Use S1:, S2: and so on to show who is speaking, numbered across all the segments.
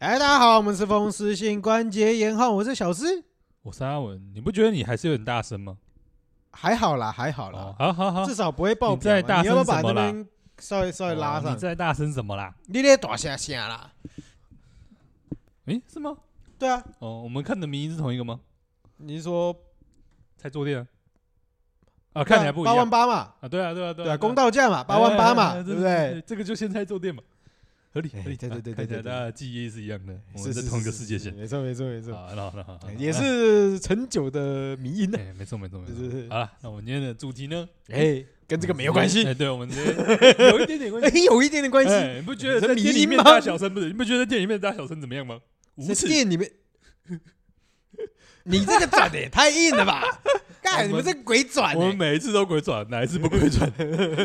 S1: 哎好，我们是风湿性关节炎后，我是小诗，
S2: 我是阿文，你不觉得你还是有点大声吗？
S1: 还好啦，还好啦
S2: 哦，，好好好，
S1: 至少不会爆
S2: 你
S1: 表嘛。
S2: 在大
S1: 你要不要
S2: 声
S1: 把
S2: 什
S1: 那
S2: 么啦
S1: 边稍微稍微拉
S2: 哦
S1: 上
S2: 你？在大声什么啦？
S1: 你咧大声声啦？
S2: 诶，是吗？
S1: 对啊，
S2: 哦，我们看的迷因是同一个吗？
S1: 你是说
S2: 猜坐垫啊？啊，看起来不一
S1: 八万
S2: 样
S1: 八嘛，
S2: 啊！对啊，对啊，对
S1: 对啊，
S2: 啊，哎
S1: 公道价嘛，八万八嘛，对不对？？
S2: 这个就先猜坐垫嘛，合理，
S1: 哎
S2: 合理，
S1: 对对对
S2: 啊看起
S1: 对对
S2: 来
S1: 对
S2: 大家的记忆是一样的，我
S1: 是
S2: 们在
S1: 是
S2: 同一个
S1: 是
S2: 世界
S1: 是
S2: 线。
S1: 没错没错没错，
S2: 好，那好，那好，那好
S1: 也，是陈久的迷因呢。啊
S2: 哎，没错，没错，没
S1: 是是是
S2: 错。好了，那我们今天的主题呢？
S1: 哎，跟这个没有关系，
S2: 哎，对，我们直接有一点点关
S1: 哎
S2: 系。，
S1: 有一点点关系。
S2: 哎，你不觉得
S1: 这
S2: 在
S1: 迷
S2: 店里
S1: 因
S2: 面
S1: 吗
S2: 大小声不是？你不觉得在店里面大小声怎么样吗？无
S1: 在
S2: 耻！
S1: 店里面， 你这个转的也太硬 了吧？干，你
S2: 我
S1: 们
S2: 们
S1: 这鬼转
S2: 我
S1: 欸
S2: 们每一次都鬼转，哪一次不鬼转？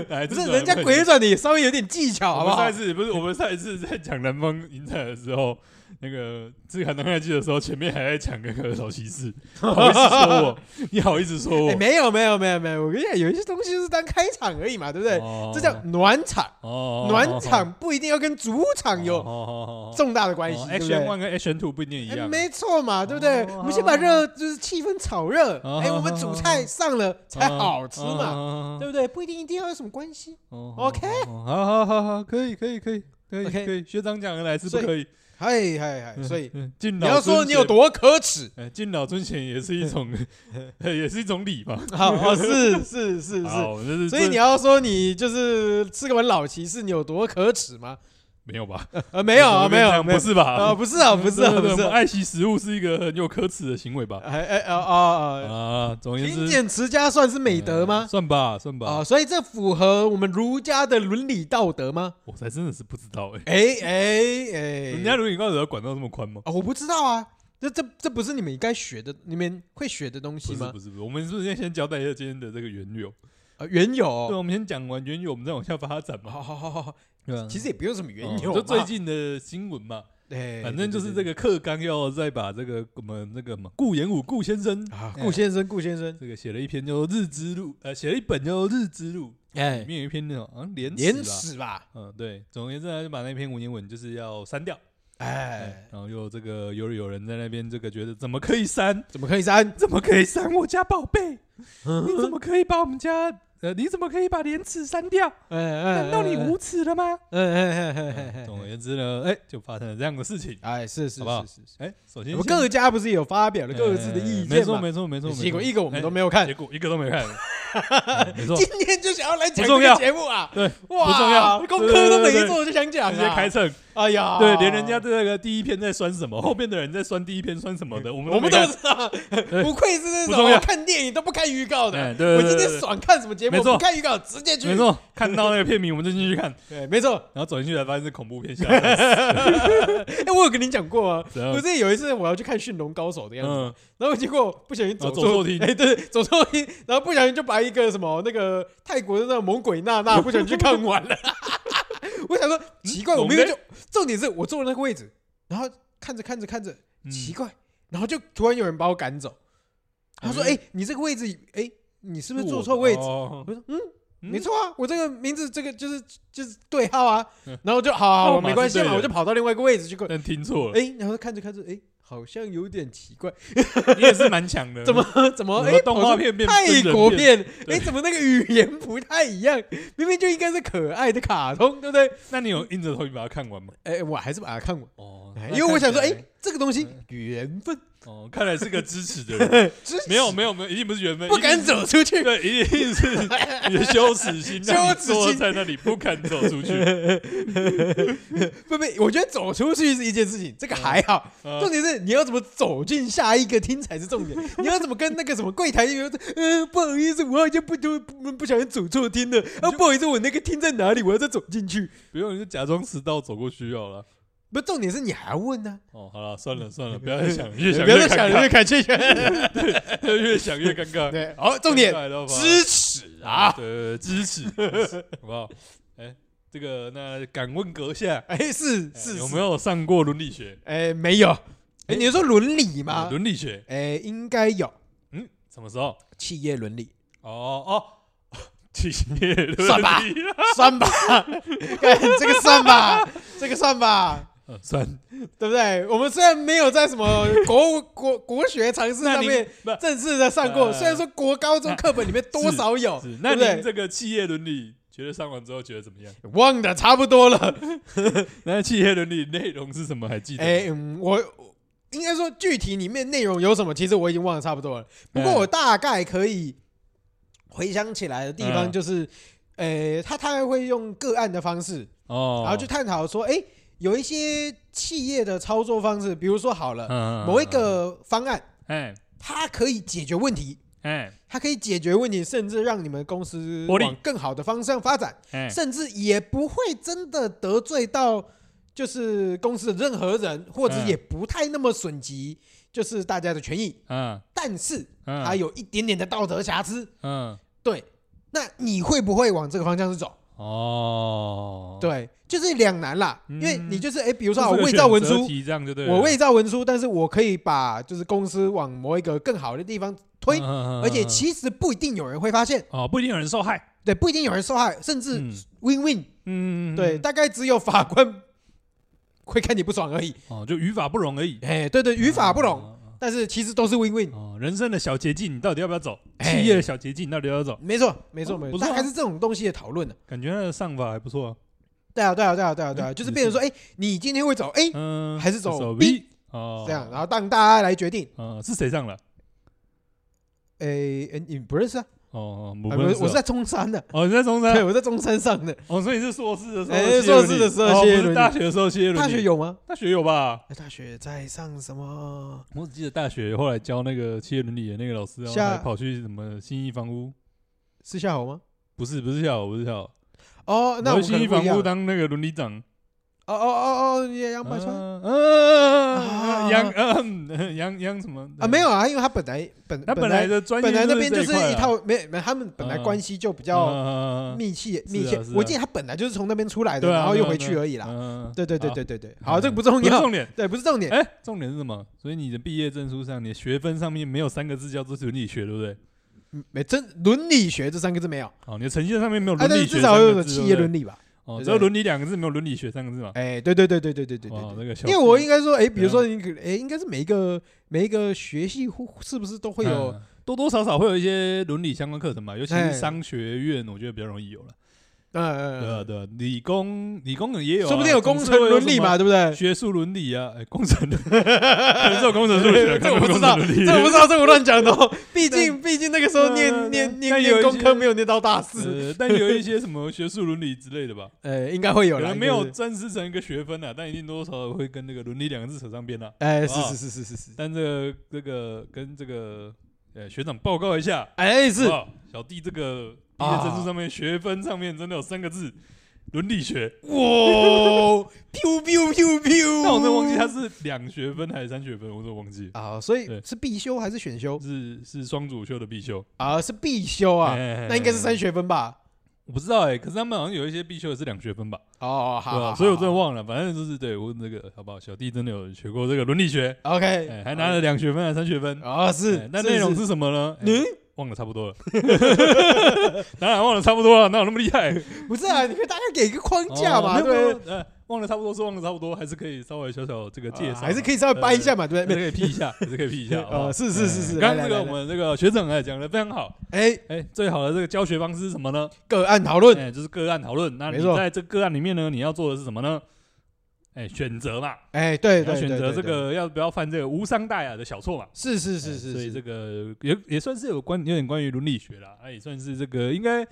S2: 哪一
S1: 不
S2: 次
S1: 是
S2: 转
S1: 人家鬼？转的也稍微有点技巧，
S2: 我
S1: 好不
S2: 们
S1: 好
S2: 上一？次不是我们上一次在讲南方影展的时候，那个志凯南开记的时候，前面还在讲那个老骑士，好意思说我，你好意思说
S1: 哎、
S2: 我？
S1: 没有没有没有没有，我跟你讲，有一些东西就是当开场而已嘛，对不对？
S2: 哦
S1: 这叫暖场，
S2: 哦
S1: 暖场不一定要跟主场有
S2: 有
S1: 重大的关系，对不
S2: 哦 Action
S1: 对
S2: One 跟 Action Two 不一定一
S1: 哎
S2: 样，
S1: 没错嘛，对不对？
S2: 哦
S1: 我们先把热就是气氛炒热，哎、
S2: 哦
S1: 我们主菜上了才好吃嘛，
S2: 嘛
S1: 对不对？不一定一定要有什么关系。
S2: ？OK，
S1: OK
S2: 好好好好，可以可以可以可以
S1: OK
S2: 可以，学长讲的来是不
S1: 所以
S2: 可以，
S1: 嗨嗨嗨，所以
S2: 嗯敬
S1: 你
S2: 老
S1: 要说
S2: 尊
S1: 你有
S2: 贤
S1: 多可 耻，
S2: 呃，敬老尊贤也是 一种，呃也是一种礼嘛。
S1: 好、哦，是是是是。
S2: 好，这是
S1: 所以你要说你就是吃个碗老骑士，你有多可耻吗？
S2: 没有吧？
S1: 呃，没有啊，
S2: 我跟
S1: 没
S2: 你
S1: 有，
S2: 讲
S1: 没有
S2: 不是吧？
S1: 啊，不是 啊，不是啊，
S2: 对
S1: 不是
S2: 对对
S1: 啊。
S2: 爱惜食物是一个很有可耻的行为吧？
S1: 哎哎哦哦哦，
S2: 啊，总而言
S1: 勤
S2: 之，
S1: 俭持家算是美德
S2: 呃
S1: 吗？
S2: 算吧，算吧
S1: 啊，。所以这符合我们儒家的伦理道德吗？
S2: 我才真的是不知道哎，
S1: 哎哎哎，
S2: 人家伦理道德管到这么宽吗？
S1: 啊，我不知道啊，这这这不是你们应该学的，你们会学的东
S2: 不
S1: 西
S2: 是
S1: 吗？
S2: 不是不是，我们是不是先交代一下今天的这个缘由？
S1: 呃，原
S2: 对，啊
S1: 有，
S2: 我们先讲完缘由，我们再往下发展嘛。
S1: 好好好好好，
S2: 对啊
S1: 其实也不用什么原由嘛，
S2: 哦就最近的新闻嘛，
S1: 哎，
S2: 反正就是这
S1: 个
S2: 个课纲要再把这个我们那个嘛顾炎武顾先生
S1: 啊，
S2: 哎
S1: 顾先生，顾先生，
S2: 这个写了一篇叫《日之路》，呃，写了一本叫《日之路》，里
S1: 哎，
S2: 面有一篇那种好像廉
S1: 廉
S2: 耻吧，
S1: 耻吧，
S2: 嗯，对。总而言之呢，就把那篇文言文就是要删掉，哎
S1: 哎，，
S2: 然后又这个有有人在那边这个觉得怎么可以删，
S1: 怎么可以删？
S2: 怎么可以删我家宝贝？
S1: 嗯
S2: 你怎么可以把我们家呃，你怎么可以把廉耻删掉？
S1: 哎哎，
S2: 难道你无耻了吗？
S1: 哎？哎哎哎哎哎
S2: 嗯，总而言之呢，哎，就发生了这样的事情。
S1: 哎，是是
S2: 好不好
S1: 是是是。
S2: 哎，首先
S1: 我们
S2: 先
S1: 各家不是有发表了各自的意
S2: 哎没
S1: 见
S2: 错
S1: 嘛？
S2: 没错没错没错，
S1: 结果一个我们都
S2: 哎
S1: 没有看
S2: 结。果一个 都没看，嗯没错。
S1: 今天就想要来讲
S2: 不
S1: 这
S2: 重
S1: 个
S2: 要
S1: 节目啊！
S2: 对，
S1: 哇，
S2: 不重要
S1: 功课都
S2: 对对
S1: 没
S2: 对
S1: 做就想讲
S2: 直接开
S1: 啊！
S2: 蹭，
S1: 哎呀，
S2: 对，连人家这个第一篇在酸什么，后面的人在酸第一篇酸什么的，我们
S1: 嗯我们
S2: 没
S1: 都
S2: 看
S1: 知道，
S2: 对
S1: 不愧是
S2: 不
S1: 那
S2: 重要
S1: 种看电影都不看预告的
S2: 哎。对对
S1: 我
S2: 对
S1: 今
S2: 对
S1: 天
S2: 对
S1: 爽看什么节目，
S2: 没错
S1: 不看预告直接去。
S2: 没，错，看到那个片名我们就进去看，
S1: 对，没错。
S2: 然后走进去才发现是恐怖片，吓得
S1: 哎，我有跟你讲过啊，
S2: 怎样
S1: 我之前有一次我要去看《驯龙高手》的样子，
S2: 嗯，
S1: 然后结果不小心走
S2: 啊走错厅
S1: 哎，对，走错厅，然后不小心就把一个什么那个泰国的那个猛鬼娜娜不小心去看完了。 我想说奇怪，我明明就重点是我坐的那个位置，然后看着看着看着
S2: 嗯
S1: 奇怪，然后就突然有人把我赶走。他说：“
S2: 嗯
S1: 哎，你这个位置，哎，你是不是坐错位置？”
S2: 哦
S1: 我说：“嗯，
S2: 嗯
S1: 没错啊，我这个名字这个就是就是对号啊。
S2: 嗯”
S1: 然后就好好，
S2: 号
S1: 好
S2: 码
S1: 没关系
S2: 是对嗯
S1: 嘛，
S2: 的
S1: 我就跑到另外一个位置去看。
S2: 但听 错了，
S1: 哎，然后看着看着，哎，好像有点奇怪，
S2: 嗯你也是蛮强的，
S1: 怎么？怎么？
S2: 怎么
S1: 哎，
S2: 动
S1: 跑出
S2: 画片变
S1: 泰
S2: 真人
S1: 国
S2: 片
S1: 片，哎、
S2: 对
S1: 怎么那个语言不太一样？ 明明就应该是可爱的卡通，对不对？
S2: 那你有硬着头皮把它看完吗？
S1: 哎、我还是把它看完，
S2: 哦
S1: 哎因为我想说，哎、，这个东西
S2: 嗯
S1: 缘分，
S2: 哦，看来是个支持 的人，
S1: 支持
S2: 没有没有没有，一定不是缘分，
S1: 不
S2: 一定
S1: 敢
S2: 是
S1: 走出去。
S2: 对，一定是你的羞耻心，
S1: 羞
S2: 让你
S1: 耻
S2: 坐
S1: 心
S2: 在那里不敢走 出去。
S1: 不不，我觉得走出去是一件事情，这个还好。
S2: 呃
S1: 重点是你要怎么走进下一个厅才是重点。 你要怎么跟那个什么柜台员说，嗯、不好意思，我好像不不不不小心走错厅了。啊，不好意思，我那个厅在哪里？我要再走进去。
S2: 不用，你就假装迟到走过去好了。
S1: 不，重点是你还要问呢、
S2: 哦，好了，算了算了，不要再想，越想
S1: 不要
S2: 越
S1: 再想
S2: 尴
S1: 了，越
S2: 尬，
S1: 感谢。
S2: 越想越尴尬。
S1: 对，好，重点
S2: 尴尬到爆
S1: 支持啊！
S2: 对对对，支持， 好不好？哎，这个那敢问阁下，
S1: 哎，是
S2: 哎
S1: 是
S2: 有没？有上过伦理学
S1: 是？哎，没有。哎，
S2: 哎
S1: 你是说伦理吗？
S2: 伦理学，
S1: 哎，应该有
S2: 嗯，什么时候？
S1: 企业伦理，
S2: 哦哦。 企业伦理
S1: 算吧算吧，看这个算吧，这个算吧。
S2: 呃 算。
S1: 对不对？我们虽然没有在什么国国国学常识
S2: 那
S1: 上
S2: 您
S1: 面
S2: 不
S1: 正式的上过，
S2: 呃
S1: 虽然说国高中课本里面多少有，
S2: 是，那
S1: 对不
S2: 您这个企业伦理觉得上完之后觉得怎么样？
S1: 忘的差不多了。
S2: 那企业伦理内容是什么？还记得吗？
S1: 哎、嗯，我我应该说具体里面内容有什么，其实我已经忘得差不多了。不过
S2: 嗯
S1: 我大概可以回想起来的地方
S2: 嗯
S1: 就是，呃，他大概会用个案的方式，
S2: 哦，
S1: 然后去探讨说，哎，有一些企业的操作方式，比如说好了，
S2: 嗯
S1: 某一，个方案，
S2: 嗯嗯嗯
S1: 它可以解决问题。
S2: 哎
S1: 它可以解决问题，甚至让你们公司
S2: 获利
S1: 往更好的方向发展，
S2: 哎哎，
S1: 甚至也不会真的得罪到就是公司的任何人，或者
S2: 嗯
S1: 也不太那么损及就是大家的权益。
S2: 嗯
S1: 但是
S2: 嗯，
S1: 它有一点点的道德瑕疵，
S2: 嗯
S1: 对。那你会不会往这个方向去走？
S2: 哦，，
S1: 对，就是两难啦，因为
S2: 嗯
S1: 你就是哎、比如说啊我伪造文书，
S2: 这样就对了，啊
S1: 我伪造文书，但是我可以把就是公司往某一个更好的地方推，
S2: 而
S1: 而且其实不一定有人会发现，
S2: 哦不一定有人受害，
S1: 对，不一定有人受害，甚至
S2: 嗯
S1: win win，、
S2: 嗯，
S1: 对，大概只有法官 会看你不爽而已。
S2: 哦就语法不容而已，
S1: 哎、对对，语法不容，
S2: 哦。哦
S1: 但是其实都是 win win，、
S2: 哦，人生的小捷径，你到底要不要走？
S1: 哎
S2: 企业的小捷径，你到底要不要走？
S1: 没错，没错，
S2: 哦
S1: 没
S2: 不
S1: 错，
S2: 错
S1: 大
S2: 啊
S1: 概是这种东西的讨论呢。
S2: 感觉他的上法还不错啊。
S1: 对啊，对啊，对啊，对啊，对啊，
S2: 嗯
S1: 就是变成说，哎、你今天会走 A，、
S2: 嗯，
S1: 还是走
S2: 走
S1: B
S2: B 哦，
S1: 这样，然后让大家来决定。
S2: 嗯，是谁上了？
S1: 哎、哎你不认识啊？
S2: 哦，
S1: 啊
S2: 我
S1: 不是，我是在中山的，
S2: 哦，你在中山
S1: 对，我在中山上的。
S2: 哦，所以是硕士的时候
S1: 哎
S2: 谢伦理，
S1: 硕士的时候
S2: 哦
S1: 谢
S2: 不
S1: 伦理
S2: 是大学的时候谢伦理，
S1: 大学有吗？
S2: 大学有吧？
S1: 哎大学在上什么？
S2: 我只记得大学后来教那个企业伦理的那个老师，然后
S1: 下
S2: 还跑去什么新义房屋，
S1: 是夏侯吗？
S2: 不是不是校友，不是校友，
S1: 哦，那我
S2: 跑
S1: 们可
S2: 去新
S1: 能
S2: 义
S1: 不
S2: 房
S1: 一样
S2: 屋。当那个伦理长，
S1: 哦哦哦哦，你也杨百川。
S2: 嗯嗯，
S1: 啊
S2: 杨嗯 杨杨什么
S1: 啊，没有，啊，因为他本来本
S2: 他本
S1: 来
S2: 来的专业
S1: 本来那边
S2: 就
S1: 就是是
S2: 这块
S1: 一
S2: 啊
S1: 套，没没，他们本来
S2: 嗯
S1: 关系就比
S2: 嗯
S1: 较
S2: 嗯嗯嗯
S1: 密切
S2: 是啊
S1: 密切
S2: 是。啊
S1: 我记得他本来就是从那边出来的，
S2: 对啊
S1: 然后又
S2: 对啊
S1: 回去而已啦。
S2: 嗯，嗯
S1: 对对对
S2: 好
S1: 对对对，
S2: 嗯
S1: 好，这个不重
S2: 不是
S1: 要，
S2: 重点，
S1: 对，不是重点。
S2: 哎，重点是什么？所以你的毕业证书上，你的学分上面没有三个字叫做伦理学，对不对？
S1: 嗯没真伦理学这三个字没有，啊，啊
S2: 好，你的成绩上面没有哦伦
S1: 但
S2: 理
S1: 是
S2: 学
S1: 至
S2: 三个字，
S1: 少又有
S2: 对不
S1: 企业
S2: 对
S1: 伦理吧？
S2: 哦，
S1: 对
S2: 只有
S1: 对
S2: 伦理两个字，没有伦理学三个字嘛？
S1: 哎，对对对对对对对对
S2: 哦，
S1: 对。
S2: 那个小啊
S1: 因为我应该说，哎，比如说你可，哎，应该是每一个每一个学系会是不是都会有
S2: 嗯多多少少会有一些伦理相关课程吧，尤其
S1: 哎
S2: 是商学院，我觉得比较容易有了。对啊，
S1: 呃，
S2: 对啊，理工理工也有啊，
S1: 说不定有工
S2: 总是
S1: 程
S2: 会
S1: 伦理嘛，
S2: 什
S1: 对不
S2: 么
S1: 对？
S2: 学术伦理啊，哎，工程 伦理，可能是有工程数 学，
S1: 这我不知
S2: 可能
S1: 道，
S2: 有工程伦理
S1: 这我不知 道，这我乱讲的哦。毕竟，毕竟那个时候
S2: 对
S1: 念
S2: 对
S1: 念
S2: 但
S1: 念念
S2: 有一
S1: 工
S2: 些
S1: 科没有念到大四，
S2: 呃，但有一些什么学术伦理之类的吧，
S1: 呃，应该会有
S2: 可
S1: 啦
S2: 能
S1: 应
S2: 没
S1: 该
S2: 有
S1: 是
S2: 正式成一个学分啊，但一定多多少少会跟那个伦理两个字扯上边了。
S1: 哎，
S2: 好不好
S1: 是是是是是是，
S2: 但这个这个跟这个呃学长报告一下，
S1: 哎是
S2: 好不，好啊小弟这个毕业
S1: 啊
S2: 证书上面、学分上面真的有三个字“伦理学
S1: 嗯哇，biu biu biu”，biu，
S2: 但我真的忘记他是两学分还是三学分，我都忘记，
S1: 啊，所以
S2: 对
S1: 是必修还是选修
S2: 是是双主修的必修
S1: 啊？是必修啊，
S2: 哎
S1: 那应该是三
S2: 学，
S1: 学分吧？
S2: 我不知道哎、可是他们好像有一些必修也是两学分吧，
S1: 哦，
S2: 对
S1: 好，
S2: 吧？
S1: 好
S2: 所以我真的
S1: 好
S2: 忘了，反正就是对我那个好不好，小弟真的有学过这个伦理学，
S1: 好 OK，
S2: 哎，还拿了两学分还是三学分，
S1: 啊是
S2: 哎，那内容
S1: 是
S2: 是什么呢？哎
S1: 嗯
S2: 忘了差不多了， 当然忘了差不多了，哪有那么厉害？
S1: 不是啊？你可以大概给一个 框架嘛，
S2: 哦没有
S1: 对
S2: 没有，呃，忘了差不多是忘了差不多，还是可以稍微小小这个
S1: 不
S2: 介
S1: 对？
S2: 绍啊，
S1: 还是可以稍微掰一下嘛，对
S2: 还
S1: 不
S2: 是
S1: 对？
S2: 可以 P 一下， 还是可以 P 一下。好不好
S1: 呃是是是是
S2: 哎刚
S1: 来来
S2: 刚这个
S1: 来
S2: 我们这个学长哎讲的非常好，
S1: 哎，
S2: 哎，最好的这个教学方式是什么呢？
S1: 个案讨论，
S2: 哎，就是个案讨论。那
S1: 没
S2: 你
S1: 错
S2: 在这个个案里面呢，你要做的是什么呢？哎，选择嘛，
S1: 哎，对
S2: 你要
S1: 对
S2: 选
S1: 对，
S2: 择
S1: 对
S2: 这
S1: 对
S2: 个要不要犯这个无伤大雅的小错嘛。
S1: 是是
S2: 哎
S1: 是是
S2: 所以
S1: 是
S2: 这个也也算是有关有点关于伦理学啦，哎，也算是这个应该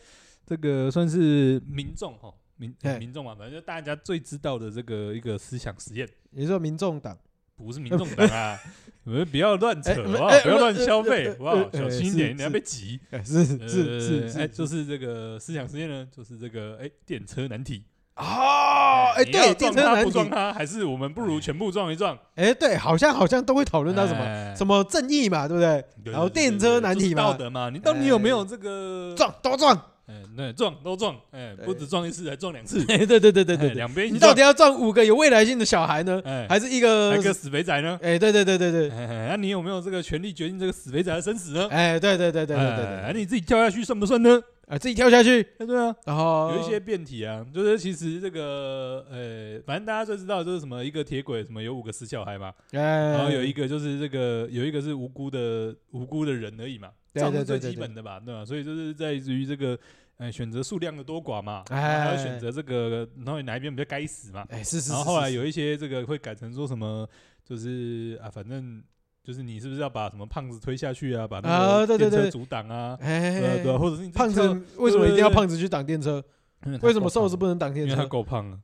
S2: 这个算是民众哈民
S1: 哎
S2: 民众嘛，反正就大家最知道的这个一个思想实验，
S1: 你说民众党，
S2: 不是民众党 啊，我们不要乱扯
S1: 嗯哎
S2: 好
S1: 我们
S2: 不好？
S1: 哎
S2: 不要
S1: 我们
S2: 乱
S1: 呃
S2: 消
S1: 呃
S2: 费
S1: 呃
S2: 好不好？
S1: 呃
S2: 小
S1: 呃
S2: 心一
S1: 是
S2: 点，你要
S1: 是
S2: 被急。
S1: 哎 是是是
S2: 呃
S1: 是，
S2: 哎，就是这个思想实验呢，就是这个哎电车难题。
S1: 哦，哎，
S2: 你要
S1: 对，电
S2: 撞
S1: 车
S2: 它
S1: 难
S2: 不撞
S1: 题，
S2: 它，还是我们不如全部撞一撞。
S1: 哎，对，好像好像都会讨论到什么
S2: 哎
S1: 什么正义嘛，对不对？
S2: 对
S1: 然后
S2: 对对
S1: 电
S2: 对
S1: 车
S2: 对
S1: 难
S2: 就是
S1: 题嘛
S2: 道德嘛，你到底有没有
S1: 哎
S2: 这个
S1: 撞都撞，
S2: 哎，那撞都撞，哎，
S1: 对，
S2: 不止撞一次，还撞两次
S1: 哎，对对对对
S2: 哎
S1: 对对，
S2: 两边一
S1: 你
S2: 起
S1: 到
S2: 撞，
S1: 底要撞五个有未来性的小孩呢，
S2: 哎，
S1: 还是一个
S2: 还个死肥仔呢？
S1: 哎，对对对对
S2: 哎
S1: 对，
S2: 哎哎那你有没有这个权利决定这个死肥仔的生死呢？
S1: 哎，对对对对对对
S2: 哎
S1: 对，
S2: 你自己跳下去算不算呢？
S1: 啊，自己跳下去，
S2: 哎，对啊，
S1: 然后
S2: 有一些变体啊，就是其实这个呃，反正大家最知道就是什么一个铁轨什么有五个死小孩嘛，
S1: 哎，
S2: 然后有一个就是这个有一个是无辜的无辜的人而已嘛，这
S1: 对
S2: 样
S1: 对
S2: 是最
S1: 对对
S2: 基
S1: 对
S2: 本的吧，对吧？所以就是在于这个呃选择数量的多寡嘛，
S1: 哎
S2: 然后还要选择这个然后哪一边比较该死嘛，
S1: 哎是是，
S2: 然后
S1: 是
S2: 后来
S1: 是
S2: 有一些这个会改成说什么就是啊，反正就是你是不是要把什么胖子推下去啊，把那
S1: 啊
S2: 个
S1: 对
S2: 电
S1: 对
S2: 车
S1: 对
S2: 阻挡啊，
S1: 哎
S2: 对啊对啊，或者是你自己
S1: 胖
S2: 跳
S1: 子为什么一定要
S2: 对对对
S1: 胖子去挡电车？
S2: 因他
S1: 为什么
S2: 够
S1: 瘦
S2: 胖
S1: 子不能挡电
S2: 因为他
S1: 车？
S2: 够 胖了。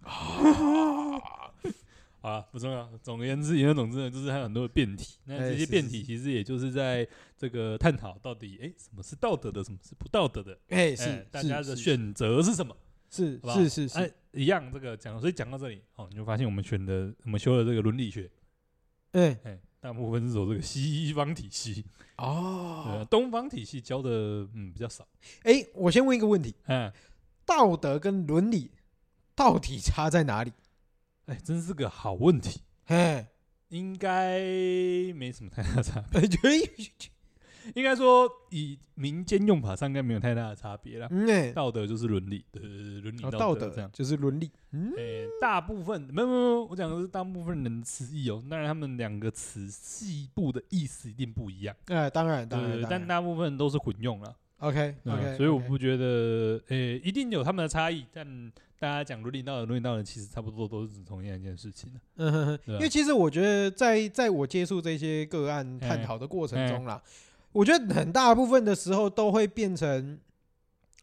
S2: 啊，不重要。总而言之，言而总之呢，就是它有很多的变体。那
S1: 哎
S2: 这些
S1: 是
S2: 变
S1: 是
S2: 体其实也就是在这个探讨到底，哎、什么是道德的，什么是不道德的，
S1: 哎，
S2: 哎、
S1: 是
S2: 大家
S1: 是
S2: 的
S1: 是
S2: 选择是什么，
S1: 是
S2: 好不好？
S1: 是是
S2: 哎
S1: 是，
S2: 一样这个讲，所以讲到这里，哦，你就发现我们选的，我们修的这个伦理学，
S1: 哎
S2: 哎、大部分是走这个西方体系，呃，
S1: 哦，
S2: 东方体系教的嗯比较少，
S1: 哎，我先问一个问题：
S2: 嗯，
S1: 道德跟伦理到底差在哪里？
S2: 哎、真是个好问题，
S1: 哎，
S2: 应该没什么太大差别。
S1: 哎觉得
S2: 应该说以民间用法上应该没有太大的差别啦。
S1: 嗯哎，
S2: 道德就是伦理，对对对，伦理
S1: 哦
S2: 道
S1: 德
S2: 这样。
S1: 就是伦理，嗯，
S2: 诶、大部分没有没有没有，我讲的是大部分人的词义哦。当然，他们两个词细部的意思一定不一样，
S1: 哎，当然
S2: 对
S1: 当
S2: 对
S1: 然
S2: 对，但
S1: 当然
S2: 大部分都是混用了。
S1: ，OK
S2: 对啊
S1: OK，嗯
S2: 所以我不觉得，诶、一定有他们的差异，但大家讲伦理道德、伦理道德，其实差不多都是同样一件事情啊
S1: 嗯哼哼，
S2: 对啊
S1: 因为其实我觉得在在我接触这些个案探讨的过程中啦，
S2: 哎
S1: 我觉得很大部分的时候都会变成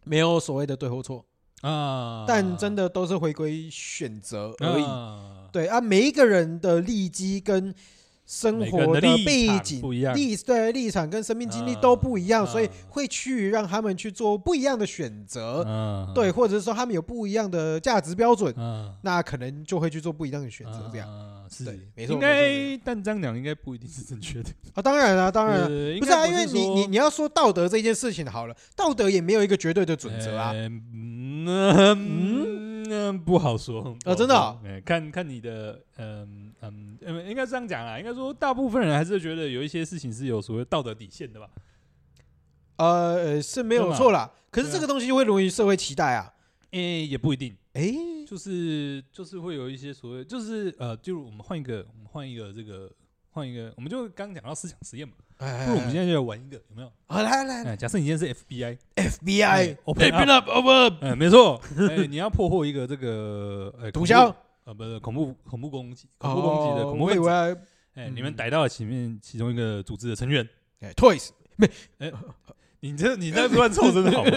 S1: 没有所谓的对或错，
S2: 啊。
S1: 但真的都是回归选择而已。
S2: 已，
S1: 对啊，每一个人的利基跟生
S2: 每个人
S1: 活
S2: 的立
S1: 背
S2: 场
S1: 景
S2: 不一样
S1: 立对立场跟生命经历都不一样，
S2: 啊
S1: 所以会去让他们去做不一样的选择，
S2: 嗯
S1: 对，，或者是说他们有不一样的价值标准，
S2: 嗯，
S1: 那可能就会去做不一样的选择，这样
S2: 啊、是
S1: 对没错
S2: 应
S1: 没
S2: 该但这样讲应该不一定是正确的，
S1: 啊，当然啦，当然啦。
S2: 呃应
S1: 不
S2: 该
S1: 是啊，因为你
S2: 说
S1: 你你要说道德这件事情好了，道德也没有一个绝对的准则啊。
S2: 呃嗯嗯嗯不好说
S1: 哦真的哦
S2: 哎、看看你的，嗯嗯，呃应该这样讲啦，应该说大部分人还是觉得有一些事情是有所谓道德底线的吧，
S1: 呃呃，是没有错啦。可
S2: 啊
S1: 是这个东西会容易社会期待啊。
S2: 哎、也不一定，
S1: 诶，
S2: 就是就是会有一些所谓，就是呃，就是我们换一个，我们换一个这个。换一个，我们就刚讲到思想实验嘛，不
S1: 哎，
S2: 如我们现在就来玩一个，有没有？
S1: 好来来来
S2: 哎，假设你今天是 FBI，
S1: ，FBI
S2: 哎，open
S1: up
S2: up
S1: open up，
S2: 哎，没错，哎，你要破获一个这个呃
S1: 毒枭，
S2: 呃，不是恐怖恐怖攻击，恐怖攻击的
S1: 哦
S2: 恐怖
S1: 我以
S2: 分子，
S1: 为
S2: 哎，你们
S1: 嗯
S2: 逮到了前面其中一个组织的成员，
S1: 哎 Toys
S2: 你这你那乱凑真的 好吗，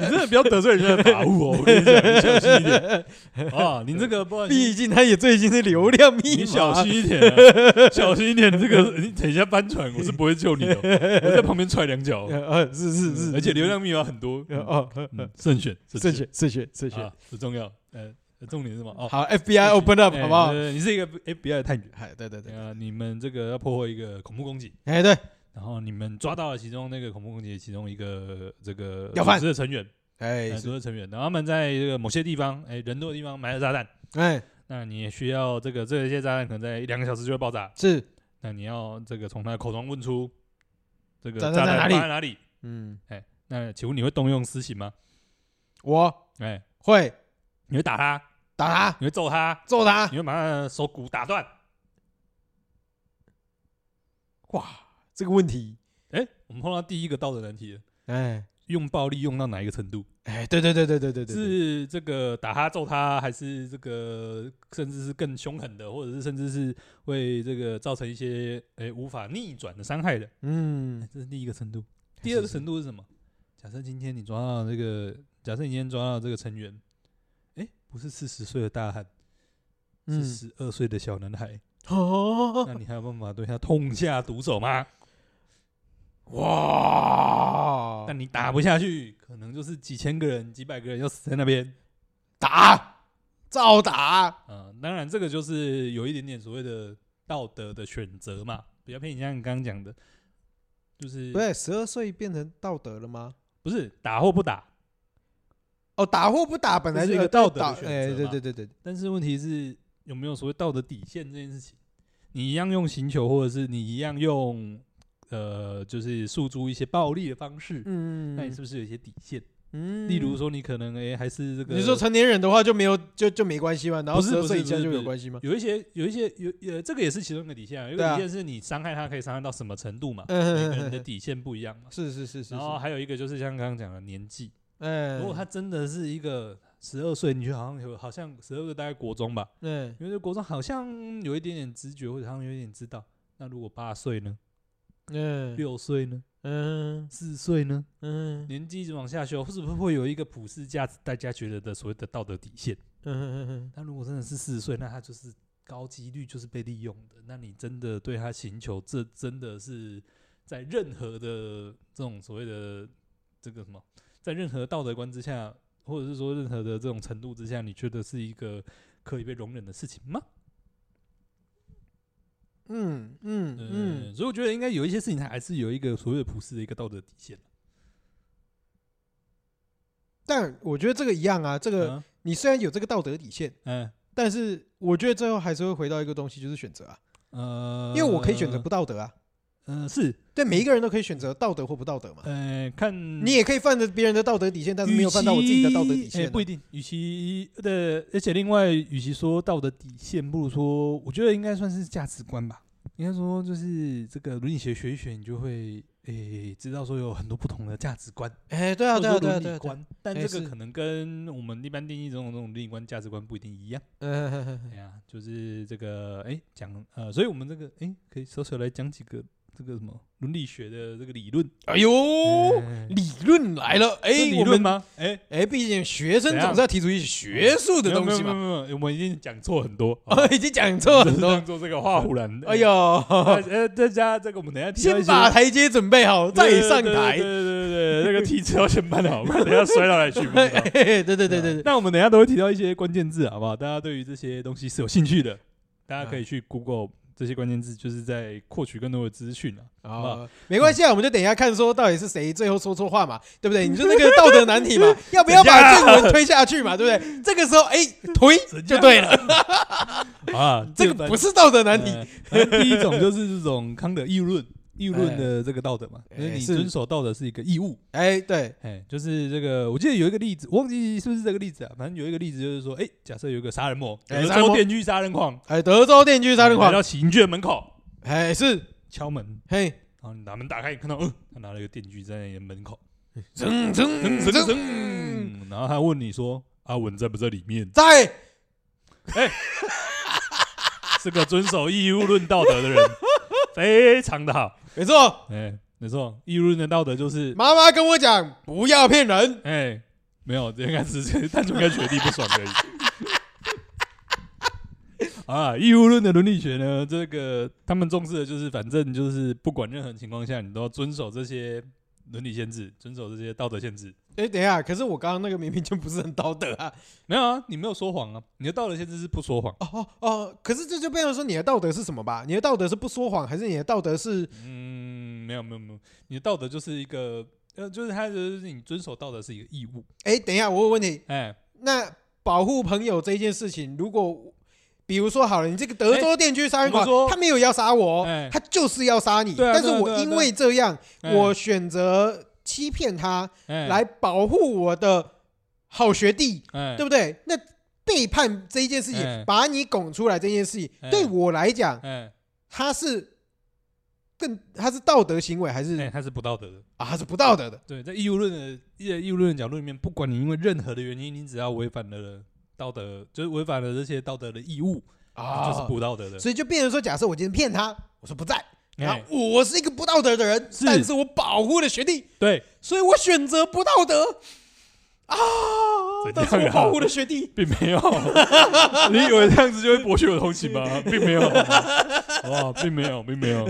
S2: 你真的不要得罪人家的法务哦，我跟你讲，你小心一点啊，你这个不然
S1: 毕
S2: 你
S1: 竟他也最近是流量密
S2: 你
S1: 码，
S2: 小心一点啊， 小心一点，这个你等一下翻船，我是不会救你的，哦我在旁边踹两脚
S1: 呃，， 呃是是是，
S2: 哦而且流量密码很多，
S1: 呃
S2: 嗯
S1: 哦，呃呃
S2: 嗯慎选
S1: 慎选慎选慎选
S2: 啊。，不重要，呃，重点是什么？哦，
S1: 好，FBI open up 好不好
S2: 哎？对对对你是一个 FBI 的探员，
S1: 哎，对对对，
S2: 呃，你们这个要破获一个恐怖攻击，
S1: 哎对，
S2: 然后你们抓到了其中那个恐怖攻击的其中一个这个
S1: 要犯
S2: 组织的成员，
S1: 哎
S2: 哎，组
S1: 是
S2: 织的成员，然后他们在这个某些地方，哎，人多的地方埋了炸弹，
S1: 哎
S2: 那你也需要这个这些炸弹可能在一两个小时就会爆炸，
S1: 是，
S2: 那你要这个从他的口中问出这个
S1: 炸弹
S2: 炸
S1: 在
S2: 弹
S1: 哪里
S2: 放在哪里？
S1: 嗯，
S2: 那请问你会动用私刑吗？
S1: 我
S2: 哎，
S1: 会
S2: 你会打他，
S1: 打他
S2: 你会揍他，
S1: 揍他。
S2: 你会把他的手骨打断？
S1: 哇，这个问题，
S2: 哎，我们碰到第一个道德难题了，
S1: 哎
S2: 用暴力用到哪一个程度？
S1: 哎，对对对对对对对，
S2: 是这个打他揍他，还是这个甚至是更凶狠的，或者是甚至是会这个造成一些诶、无法逆转的伤害的、哎
S1: 嗯，
S2: 这是第一个程度。第二个程度是什么？假设今天你抓到这个，假设你今天抓到这个成员，诶、不是四十岁的大汉，是嗯
S1: 嗯，
S2: 十二岁的小男孩，那
S1: 哦，
S2: 你还有办法对他痛下毒手吗？
S1: 哇，
S2: 但你打不下去，可能就是几千个人、几百个人要死在那边。
S1: 打，照打，
S2: 嗯，当然这个就是有一点点所谓的道德的选择嘛，比较偏向你刚刚讲的，就是
S1: 不对，十二岁变成道德了吗？
S2: 不是打或不打，
S1: 哦，打或不打本来
S2: 这
S1: 就是
S2: 一个
S1: 呃
S2: 道德的
S1: 打
S2: 选择
S1: 哎，对
S2: 嘛
S1: 对对对，
S2: 但是问题是有没有所谓道德底线这件事情？你一样用刑求，或者是你一样用呃，就是诉诸一些暴力的方式，那你
S1: 嗯
S2: 是，不是有一些底线？
S1: 嗯
S2: 例如说，你可能哎、还是这个，
S1: 你说成年人的话就没有就就没关系嘛，然后
S2: 不是
S1: 十
S2: 不
S1: 二
S2: 是
S1: 岁以
S2: 不
S1: 下
S2: 是
S1: 就
S2: 不
S1: 有
S2: 是
S1: 关系吗？
S2: 有一些有一些有呃，这个也是其中一个底线啊。有一
S1: 对啊
S2: 个底线是你伤害他可以伤害到什么程度嘛，每
S1: 嗯
S2: 个人
S1: 嗯
S2: 的
S1: 嗯，
S2: 底线不一样嘛。
S1: 是是是是是
S2: 然，后还有一个就是像刚刚讲的年纪，
S1: 嗯，
S2: 如果他真的是一个十二岁，你就好像有好像十二岁大概国中吧，
S1: 嗯
S2: 因为这国中好像有一点点直觉，或者他们有一点知道。那如果八岁呢？
S1: 嗯
S2: 六岁呢？
S1: 嗯
S2: 四岁呢？
S1: 嗯
S2: 年纪一直往下修，是不是会有一个普世价值？大家觉得的所谓的道德底线？
S1: 嗯嗯
S2: 那如果真的是四岁，那他就是高几率就是被利用的。那你真的对他寻求，这真的是在任何的这种所谓的这个什么，在任何道德观之下，或者是说任何的这种程度之下，你觉得是一个可以被容忍的事情吗？
S1: 嗯嗯嗯
S2: 嗯，所以我觉得应该有一些事情，它还是有一个所谓的普世的一个道德底线。
S1: 但我觉得这个一样啊，这个
S2: 嗯
S1: 你虽然有这个道德底线，
S2: 嗯
S1: 但是我觉得最后还是会回到一个东西，就是选择啊，
S2: 呃
S1: 因为我可以选择不，道德啊，
S2: 嗯、是，
S1: 对，每一个人都可以选择道德或不道德嘛。
S2: 呃，看
S1: 你也可以犯着别人的道德底线，但是没有犯到我自己的道德底线
S2: 诶
S1: 啊、
S2: 哎不一定。与其的，而且另外，与其说道德底线，不如说，我觉得应该算是价值观吧。应该说，就是这个伦理学学一学，你就会诶、知道说有很多不同的价值观，
S1: 哎、对啊，
S2: 或
S1: 对
S2: 者
S1: 啊，
S2: 说
S1: 对啊，
S2: 伦
S1: 对啊，对
S2: 理
S1: 啊
S2: 观，但
S1: 诶
S2: 这个
S1: 是
S2: 可能跟我们一般定义中的那种伦理观、价值观不一定一样。
S1: 嗯哼哼
S2: 哎呀，就是这个诶，讲、呃，所以我们这个诶、可以稍稍来讲几个这个什么伦理学的这个理论。
S1: 哎呦，
S2: 诶
S1: 理论来了，哎、
S2: 是理
S1: 我
S2: 论
S1: 们
S2: 吗？诶、
S1: 哎，毕竟学生总是要提出一些学术的
S2: 没有
S1: 东
S2: 没有
S1: 西
S2: 没有
S1: 嘛。
S2: 没有没有，我们已经讲错很多，好吧
S1: 哦，已经讲错 很多。
S2: 做这个画虎兰。
S1: 哎， 呦，
S2: 呃，再加这个我们等一下提到一
S1: 先
S2: 些
S1: 把台阶准备好，再上台
S2: 对。对对对对，对那个梯子要先搬好，不然等一下摔到哪里去不知道。
S1: 对对对 对对，
S2: 那我们等一下都会提到一些关键字，好不好？大家对于这些东西是有兴趣的，大家可以去 Google 这些关键字，就是在获取更多的资讯啊。
S1: 哦，没关系啊，我们就等一下看说到底是谁最后说错话嘛，对 不对？你就那个道德难题嘛，要不要把正文推下去嘛，对不对？这个时候，哎，推就对了，
S2: 啊，
S1: 这个不是道德难
S2: 难
S1: 题。
S2: 题。反 正第一种就是这种康德义务论，义务论的这个道德嘛，
S1: 哎
S2: 就是你
S1: 是
S2: 遵守道德是一个义务。
S1: 哎，对，
S2: 哎，就是这个，我记得有一个例子，我忘记是不是这个例子啊，反正有一个例子就是说，哎，假设有一个杀人魔，
S1: 哎
S2: 德
S1: 杀人
S2: 州
S1: 魔
S2: 电锯杀人狂，
S1: 哎，德州电锯杀人
S2: 哎来
S1: 狂，
S2: 到刑卷门口
S1: 哎，是，
S2: 敲门，
S1: 嘿，
S2: 然后你把门打开，看到，嗯，他拿了一个电锯在你的门口，
S1: 噌噌
S2: 噔噔
S1: 嗯噌，？
S2: 噔，然后他问你说，阿文在不在里面
S1: 在，
S2: 是个遵守义务论道德的 人，非常的好。
S1: 没错，
S2: 哎，没错，义务论的道德就是，
S1: 妈妈跟我讲不要骗人，
S2: 哎，没有，这应该只是单纯跟学弟不爽而已。 啊，义务论的伦理学呢，这个他们重视的就是，反正就是不管任何情况下，你都要遵守这些伦理限制，遵守这些道德限制。
S1: 哎、等一下，可是我刚刚那个明明就不是很道德啊！
S2: 没有啊，你没有说谎啊，你的道德限制是不说谎。
S1: 哦哦哦，可是这就变成说你的道德是什么吧？你的道德是不说谎，还是你的道德是
S2: 嗯，没有没有没有，你的道德就是一个，呃，就是他就是你遵守道德是一个义务。
S1: 哎、等一下，我有问题。
S2: 哎，
S1: 那保护朋友这件事情，如果比如说好了，你这个德州电锯杀人狂，
S2: 哎我们说
S1: 他没有要杀我，
S2: 哎
S1: 他就是要杀你，
S2: 对啊
S1: 但是
S2: 对啊
S1: 我
S2: 对啊
S1: 因
S2: 对啊
S1: 为这样，
S2: 哎
S1: 我选择欺骗他、
S2: 哎
S1: 来保护我的好学弟，
S2: 哎
S1: 对不对？那背叛这一件事情，
S2: 哎
S1: 把你拱出来这件事情，
S2: 哎
S1: 对我来讲，
S2: 哎
S1: 它是更它是道德行为还是、
S2: 哎，他是不道德的。
S1: 啊它是不道德的？
S2: 对，在义务论的义义务论的角度里面，不管你因为任何的原因，你只要违反了道德，就是违反了这些道德的义务，
S1: 啊
S2: 就是不道德的。
S1: 所以就变成说，假设我今天骗他，我说不在，然
S2: 哎
S1: 后我是一个不道德的人，
S2: 是
S1: 但是我保护了学弟，
S2: 对，
S1: 所以我选择不道德啊，
S2: 怎样啊
S1: 但是我保护了学 弟，
S2: 并 没有。你以为这样子就会博取我同情吗？并没有，哦，并没有，并没有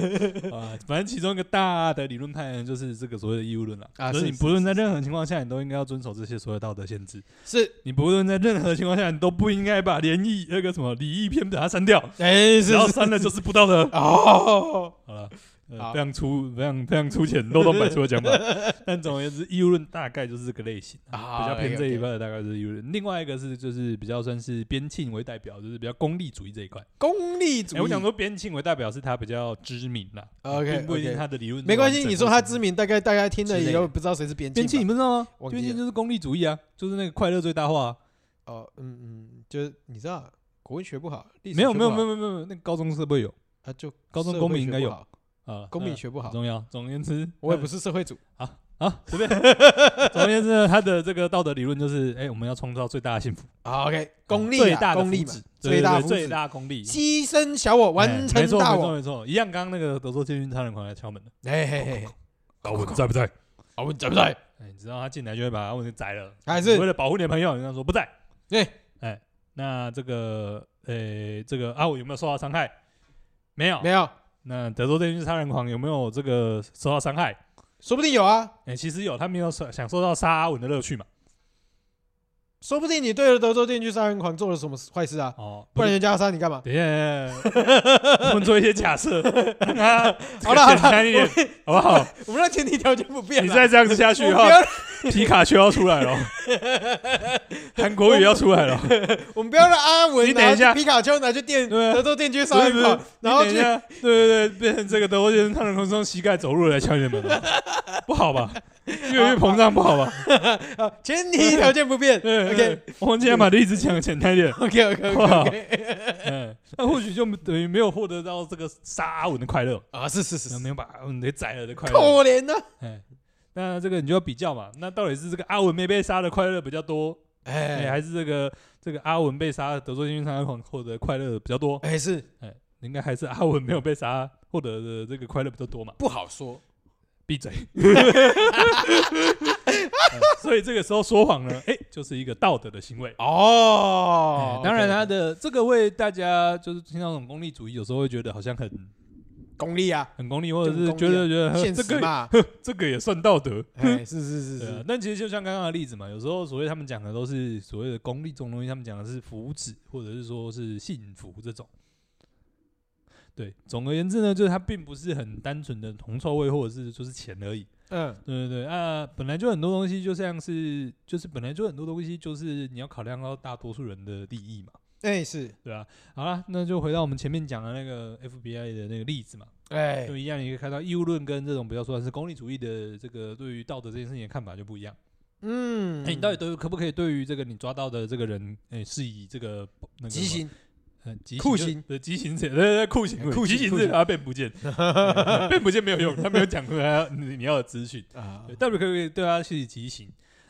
S2: 啊。反正其中一个大的理论派呢，就是这个所谓的义务论了、
S1: 啊
S2: 就是
S1: 是
S2: 你不论在任何情况下，你都应该要遵守这些所有道德限制。
S1: 是
S2: 你不论在任何情况下，你都不应该把联谊那个什么礼义篇把它删掉，
S1: 哎是
S2: 只要
S1: 是
S2: 删了就是不道德。
S1: 哦，
S2: 好了，呃，
S1: 好
S2: 非常粗、非常非常粗浅、漏洞百出 的讲法。但总而言之，议论大概就是这个类型，
S1: 啊
S2: 比较偏这一
S1: OK，OK
S2: 块的大概就是议论。另外一个是就是比较算是边沁为代表，就是比较功利主义这一块。
S1: 功利主
S2: 哎、
S1: 义。啊
S2: 我想说边沁为代表是他比较知名啦
S1: OK，
S2: 并不一定
S1: OK
S2: 他的理论
S1: 没关系，
S2: 完整
S1: 你说
S2: 或什
S1: 他
S2: 么
S1: 知名，大概大家听了
S2: 之类
S1: 以
S2: 的
S1: 后不知道谁是边
S2: 边沁，你
S1: 吧
S2: 不知道吗？
S1: 忘记
S2: 边沁
S1: 了
S2: 就是功利主义啊，就是那个快乐最大化、啊。
S1: 哦，嗯嗯，就是你知道国文学不好，历史
S2: 没有
S1: 学
S2: 没有
S1: 不
S2: 没
S1: 好
S2: 有没有没有，那个高中是不会有
S1: 啊，就
S2: 高中
S1: 社
S2: 公
S1: 会
S2: 民
S1: 学
S2: 应该
S1: 不
S2: 有
S1: 好，
S2: 啊，
S1: 公
S2: 那
S1: 民学不
S2: 很
S1: 好，
S2: 重要。总而言之，
S1: 我也
S2: 那
S1: 不是社会主，
S2: 啊， 随便。总而言之呢，他的这个道德理论就是，哎、我们要创造最大的幸福，哦
S1: 啊，OK，功利
S2: 嗯最
S1: 啊
S2: 大的
S1: 功利
S2: 福
S1: 嘛
S2: 祉，对
S1: 最大
S2: 对对
S1: 福
S2: 最
S1: 祉，
S2: 大功利。
S1: 牺牲小我，完
S2: 哎没
S1: 成
S2: 错
S1: 大
S2: 没错
S1: 我，
S2: 没错，一样。刚刚那个德州电讯超人狂来敲门的，
S1: 嘿嘿嘿，哦
S2: 高文在不在？
S1: 阿文在不在？
S2: 哎，你知道他进来就会把阿文给宰了，
S1: 还是
S2: 为了保护你的朋友，你跟他说不在。
S1: 对，
S2: 哎，那这个，呃，这个阿文有没有受到伤害？没有
S1: 没。有，
S2: 那德州电讯杀人狂有没有这个受到伤害？
S1: 说不定有啊，
S2: 哎，其实有，他没有享享受到杀阿文的乐趣嘛。
S1: 说不定你对着德州电锯杀人狂做了什么坏事啊，
S2: 哦，
S1: 不然人家要杀你干嘛？
S2: 等一下，等一下我们做一些假 设，让他
S1: 好了好了
S2: 简单 一点，好不好？
S1: 我们让前提条件不变啊
S2: 你
S1: 了，
S2: 再这样子下去
S1: 我
S2: 的
S1: 们不
S2: 话，
S1: 要
S2: 皮卡丘要出来 了，韩国语要出来了。
S1: 我们不要让阿文
S2: 你等一下
S1: 拿去皮卡丘拿去电
S2: 对啊
S1: 德州电锯杀人
S2: 不
S1: 狂，然后
S2: 你等
S1: 去
S2: 一下，对对对，变成这个德国先生他人空中膝盖走路来敲你的门了，不好吧？越来越膨胀，不好吧？
S1: 啊，前提条件不变。
S2: 对
S1: OK
S2: 对我们今天把例子讲得简单一 点，
S1: OK OK OK
S2: 嗯，那或许就等于没有获得到这个杀阿文的快乐，
S1: 啊，是是是
S2: 没有把阿文给宰了的快
S1: 可
S2: 乐。
S1: 怜啊呐！
S2: 哎，那这个你就要比较嘛，那到底是这个阿文没被杀的快乐比较多，哎，
S1: 哎
S2: 还是这个这个阿文被杀德州电锯杀人狂获得快乐比较多？
S1: 哎，是
S2: 哎，应该还是阿文没有被杀获得的这个快乐比较多嘛？
S1: 不好说。
S2: 闭嘴。 哎所以这个时候说谎呢，哎，就是一个道德的行为。
S1: 哦
S2: 哎，当然，他
S1: 他
S2: 的这个为大家就是听到那种功利主义，有时候会觉得好像很
S1: 功利啊，
S2: 很功利，或者
S1: 就是很
S2: 觉
S1: 功利啊
S2: 得觉得呵
S1: 现
S2: 这
S1: 实
S2: 个
S1: 嘛，
S2: 呃这个也算道德，
S1: 哎，是是是
S2: 对啊
S1: 是，
S2: 但其实就像刚刚的例子嘛，有时候所谓他们讲的都是所谓的功利这种东西，他们讲的是福祉或者是说是幸福这种。对，总而言之呢，就是它并不是很单纯的铜臭味或者是就是钱而已。
S1: 嗯，
S2: 对对对，啊，本来就很多东西就像是就是本来就很多东西就是你要考量到大多数人的利益嘛，
S1: 哎是，
S2: 对吧、好啦，那就回到我们前面讲的那个 FBI 的那个例子嘛，
S1: 哎
S2: 就一样，你可以看到义务论跟这种比较算是功利主义的这个对于道德这件事情的看法就不一样。
S1: 嗯
S2: 哎、，你到底对可不可以对于这个你抓到的这个人，哎、是以这个那个
S1: 极
S2: 什
S1: 刑
S2: 么，呃，极
S1: 酷
S2: 就
S1: 刑
S2: 对极刑者，对对对，酷刑，
S1: 哎酷
S2: 极
S1: 刑
S2: 刑
S1: 酷
S2: 者
S1: 刑
S2: 他变 不见，哎变不见没有用，他没有讲出来你你要的资讯，
S1: 啊
S2: 对，到底可不可以对他去极刑？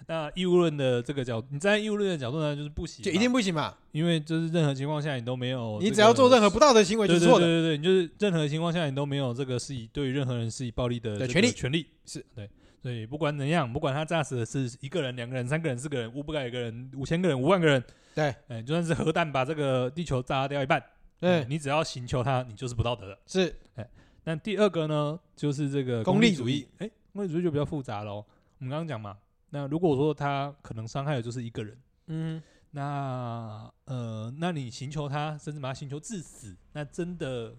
S2: 那义务论的这个角，你站在义务论的角度呢，就是不行
S1: 就
S2: 嘛，
S1: 一定不行嘛，
S2: 因为就是任何情况下你都没有这个，
S1: 你只要做任何不道德行为
S2: 对
S1: 就
S2: 对
S1: 是
S2: 对
S1: 错的，
S2: 对对，你就是任何情况下你都没有这个施以对于任何人施以暴力的
S1: 的
S2: 这
S1: 权
S2: 个
S1: 利
S2: 权利
S1: 是
S2: 对。所以不管怎样，不管他炸死的是一个人、两个人、三个人、四个人、五百个人、五千个人、五万个人，
S1: 对，
S2: 哎，就算是核弹把这个地球炸掉一半，哎
S1: 嗯，
S2: 你只要行求他，你就是不道德的。
S1: 是
S2: 那第二个呢，就是这个
S1: 功利
S2: 利
S1: 主
S2: 义
S1: 义，
S2: 哎，功利主义就比较复杂喽。我们刚刚讲嘛，那如果说他可能伤害的就是一个人，
S1: 嗯
S2: 那呃，那你寻求他，甚至把他寻求致死，那真的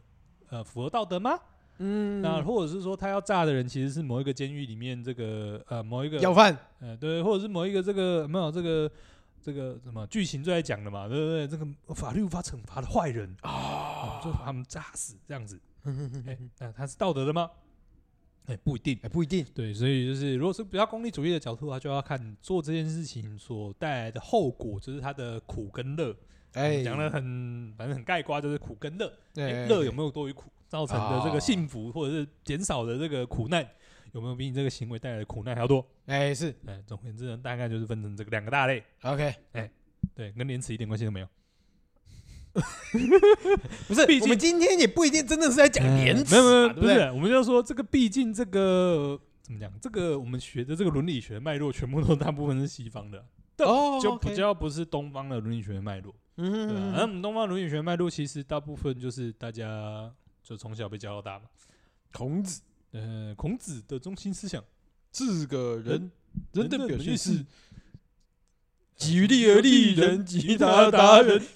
S2: 呃符合道德吗？
S1: 嗯，
S2: 那或者是说他要炸的人其实是某一个监狱里面这个呃某一个
S1: 要饭
S2: 呃对，或者是某一个这个没有这个这个什么剧情最爱讲的嘛，对不对？这个法律无法惩罚的坏人
S1: 哦
S2: 啊，就把他们炸死 这样子。哎，那他是道德的吗？哎，不一定。
S1: 哎不一定，
S2: 对，所以就是如果是比较功利主义的角度的话，就要看做这件事情所带来的后果，就是它的苦跟乐。
S1: 哎，
S2: 讲的很反正很概括，就是苦跟乐。
S1: 哎哦
S2: 欸乐有没有多于苦造成的这个幸福，或者是减少的这个苦难，有没有比你这个行为带来的苦难还要多？
S1: 哎是
S2: 哎，总而言之呢，大概就是分成这个两个大类，
S1: OK，
S2: 对，跟廉耻一点关系都没有。
S1: 不是
S2: 毕，
S1: 我
S2: 竟嗯
S1: 们今天也不一定真的是在讲廉耻
S2: 没
S1: 嘛，
S2: 有没有，
S1: 对
S2: 不
S1: 对
S2: 是，我们就说这个，毕竟这个怎么讲，这个我们学的这个伦理学脉络，全部都大部分是西方的，对
S1: 哦，
S2: 就比
S1: OK
S2: 较不是东方的伦理学脉络。对啊，
S1: 嗯
S2: 那我们东方伦理学脉络其实大部分就是大家就从小被教到大嘛，
S1: 孔子
S2: 呃，孔子的中心思想。
S1: 是个人，
S2: 嗯
S1: 人的表现是己
S2: 举例
S1: 力
S2: 而
S1: 而
S2: 立
S1: 立
S2: 人，
S1: 人
S2: 及
S1: 己
S2: 他
S1: 他
S2: 达
S1: 达
S2: 人
S1: 人。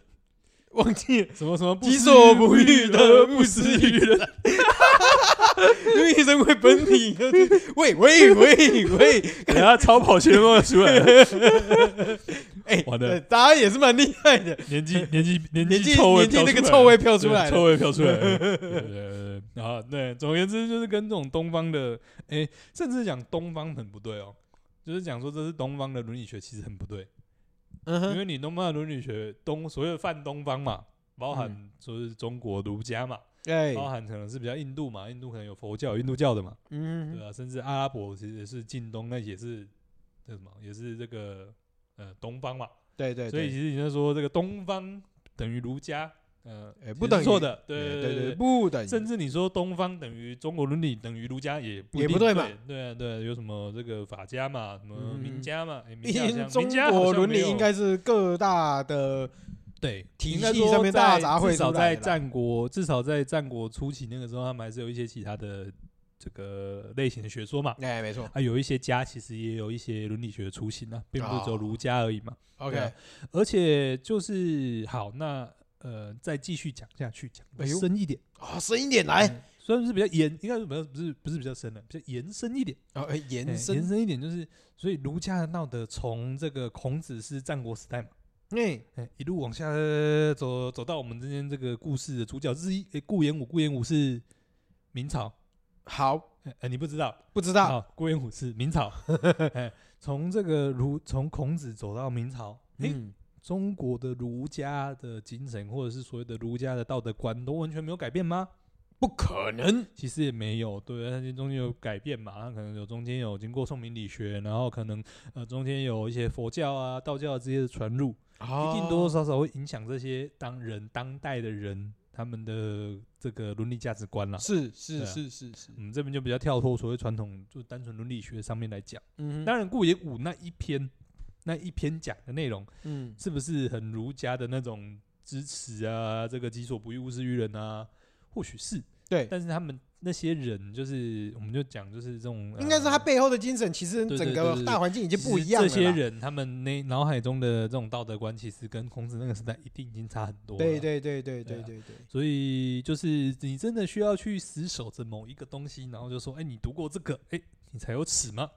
S1: 忘记了
S2: 什么什么不
S1: 己
S2: 思
S1: 所不
S2: 欲
S1: 欲
S2: 而
S1: 而
S2: 不
S1: 不
S2: 施
S1: 施
S2: 于
S1: 于
S2: 人。
S1: 因为医生会喷你， 就是喂喂喂喂，
S2: 等下超跑全部出 来了，
S1: 哎，
S2: 完了
S1: 呃大家也是蛮厉害的，
S2: 年纪年纪年
S1: 年纪
S2: 纪臭味
S1: 年纪那
S2: 飘出来了，
S1: 个臭味飘出
S2: 对
S1: 来
S2: 臭
S1: 了，
S2: 味飘出来了。 对对对对对啊，对，总而言之就是跟这种东方的，哎、甚至讲东方很不对哦，就是讲说这是东方的伦理学，其实很不对，
S1: 嗯
S2: 因
S1: 哼，
S2: 为你东方的伦理学，东所谓的泛东方嘛，包含
S1: 嗯
S2: 就是中国儒家嘛，
S1: 哎，
S2: 包含可能是比较印度嘛，印度可能有佛教、有印度教的嘛，对
S1: 嗯，
S2: 啊，甚至阿拉伯其实也是近东，那也是那什么，也是这个呃东方嘛，
S1: 对对，哎
S2: 所以
S1: 对
S2: 其实你就说这个东方等于儒家，呃，
S1: 哎
S2: 也
S1: 不
S2: 是
S1: 等于
S2: 错的，
S1: 哎
S2: 对
S1: 对
S2: 对
S1: 对，不等于，
S2: 甚至你说东方等于中国伦理等于儒家也不
S1: 也
S2: 一定
S1: 不对嘛
S2: 对啊对啊，有什么这个法家嘛，什么
S1: 嗯
S2: 名家嘛，哎名
S1: 毕
S2: 家好
S1: 竟
S2: 像
S1: 中
S2: 名家好
S1: 国
S2: 像
S1: 伦
S2: 没
S1: 理
S2: 有
S1: 应该是各大的，
S2: 对
S1: 体
S2: 应该
S1: 系
S2: 说
S1: 上面
S2: 在
S1: 大杂烩
S2: 至少
S1: 出来的
S2: 在
S1: 啦
S2: 战国，至少在战国初期那个时候，他们还是有一些其他的这个类型的学说嘛。
S1: 哎，没错
S2: 啊，有一些家其实也有一些伦理学的雏形啊，并不是只有
S1: 哦
S2: 儒家而已嘛。
S1: ，OK，
S2: 对啊而且就是好，那呃，再继续讲下去，讲得
S1: 哎呦
S2: 深一点，
S1: 哦，深一点来，
S2: 嗯虽然是比较延，应该是比较不是不是比较深了，比较延伸一点，
S1: 哦，哎
S2: 哎
S1: 延
S2: 延
S1: 伸，
S2: 伸一点就是，所以儒家的道德从这个孔子是战国时代嘛，
S1: 哎，
S2: 哎，一路往下呃走走到我们今天这个故事的主角之一，哎，顾炎武，顾炎武是明朝，
S1: 好，
S2: 哎，哎你不知道，
S1: 不知道，
S2: 好，顾炎武是 明朝，哎，从这个儒从孔子走到明朝，哎，
S1: 嗯，
S2: 中国的儒家的精神，或者是所谓的儒家的道德观，都完全没有改变吗？
S1: 不可能，
S2: 其实也没有，对，它中间有改变嘛，它可能有中间有经过宋明理学，然后可能呃中间有一些佛教啊、道教啊这些的传入，
S1: 一
S2: 一定多多少少会影响这些当人当代的人他们的这个伦理价值观啦。
S1: 是
S2: 对
S1: 是
S2: 啊
S1: 是是是
S2: 我，们这边就比较跳脱所谓传统，就单纯伦理学上面来讲。
S1: 嗯哼，
S2: 当然，顾炎武那一篇那一篇讲的内容，
S1: 嗯，
S2: 是不是很儒家的那种支持啊？这个己所不欲，勿施于人啊？或许是，
S1: 对，
S2: 但是他们那些人，就是我们就讲，就是这种，
S1: 应该是他
S2: 呃
S1: 背后的精神，其实
S2: 对对
S1: 整
S2: 对对
S1: 个
S2: 对
S1: 大环境已经
S2: 其
S1: 不
S2: 实
S1: 一样了
S2: 这
S1: 啦，
S2: 些人他们那脑海中的这种道德观，其实跟孔子那个时代一定已经差很多了。
S1: 对。对对对
S2: 对
S1: 对
S2: 啊
S1: 对对，
S2: 所以就是你真的需要去死守着某一个东西，然后就说，哎、你读过这个，哎、你才有耻吗？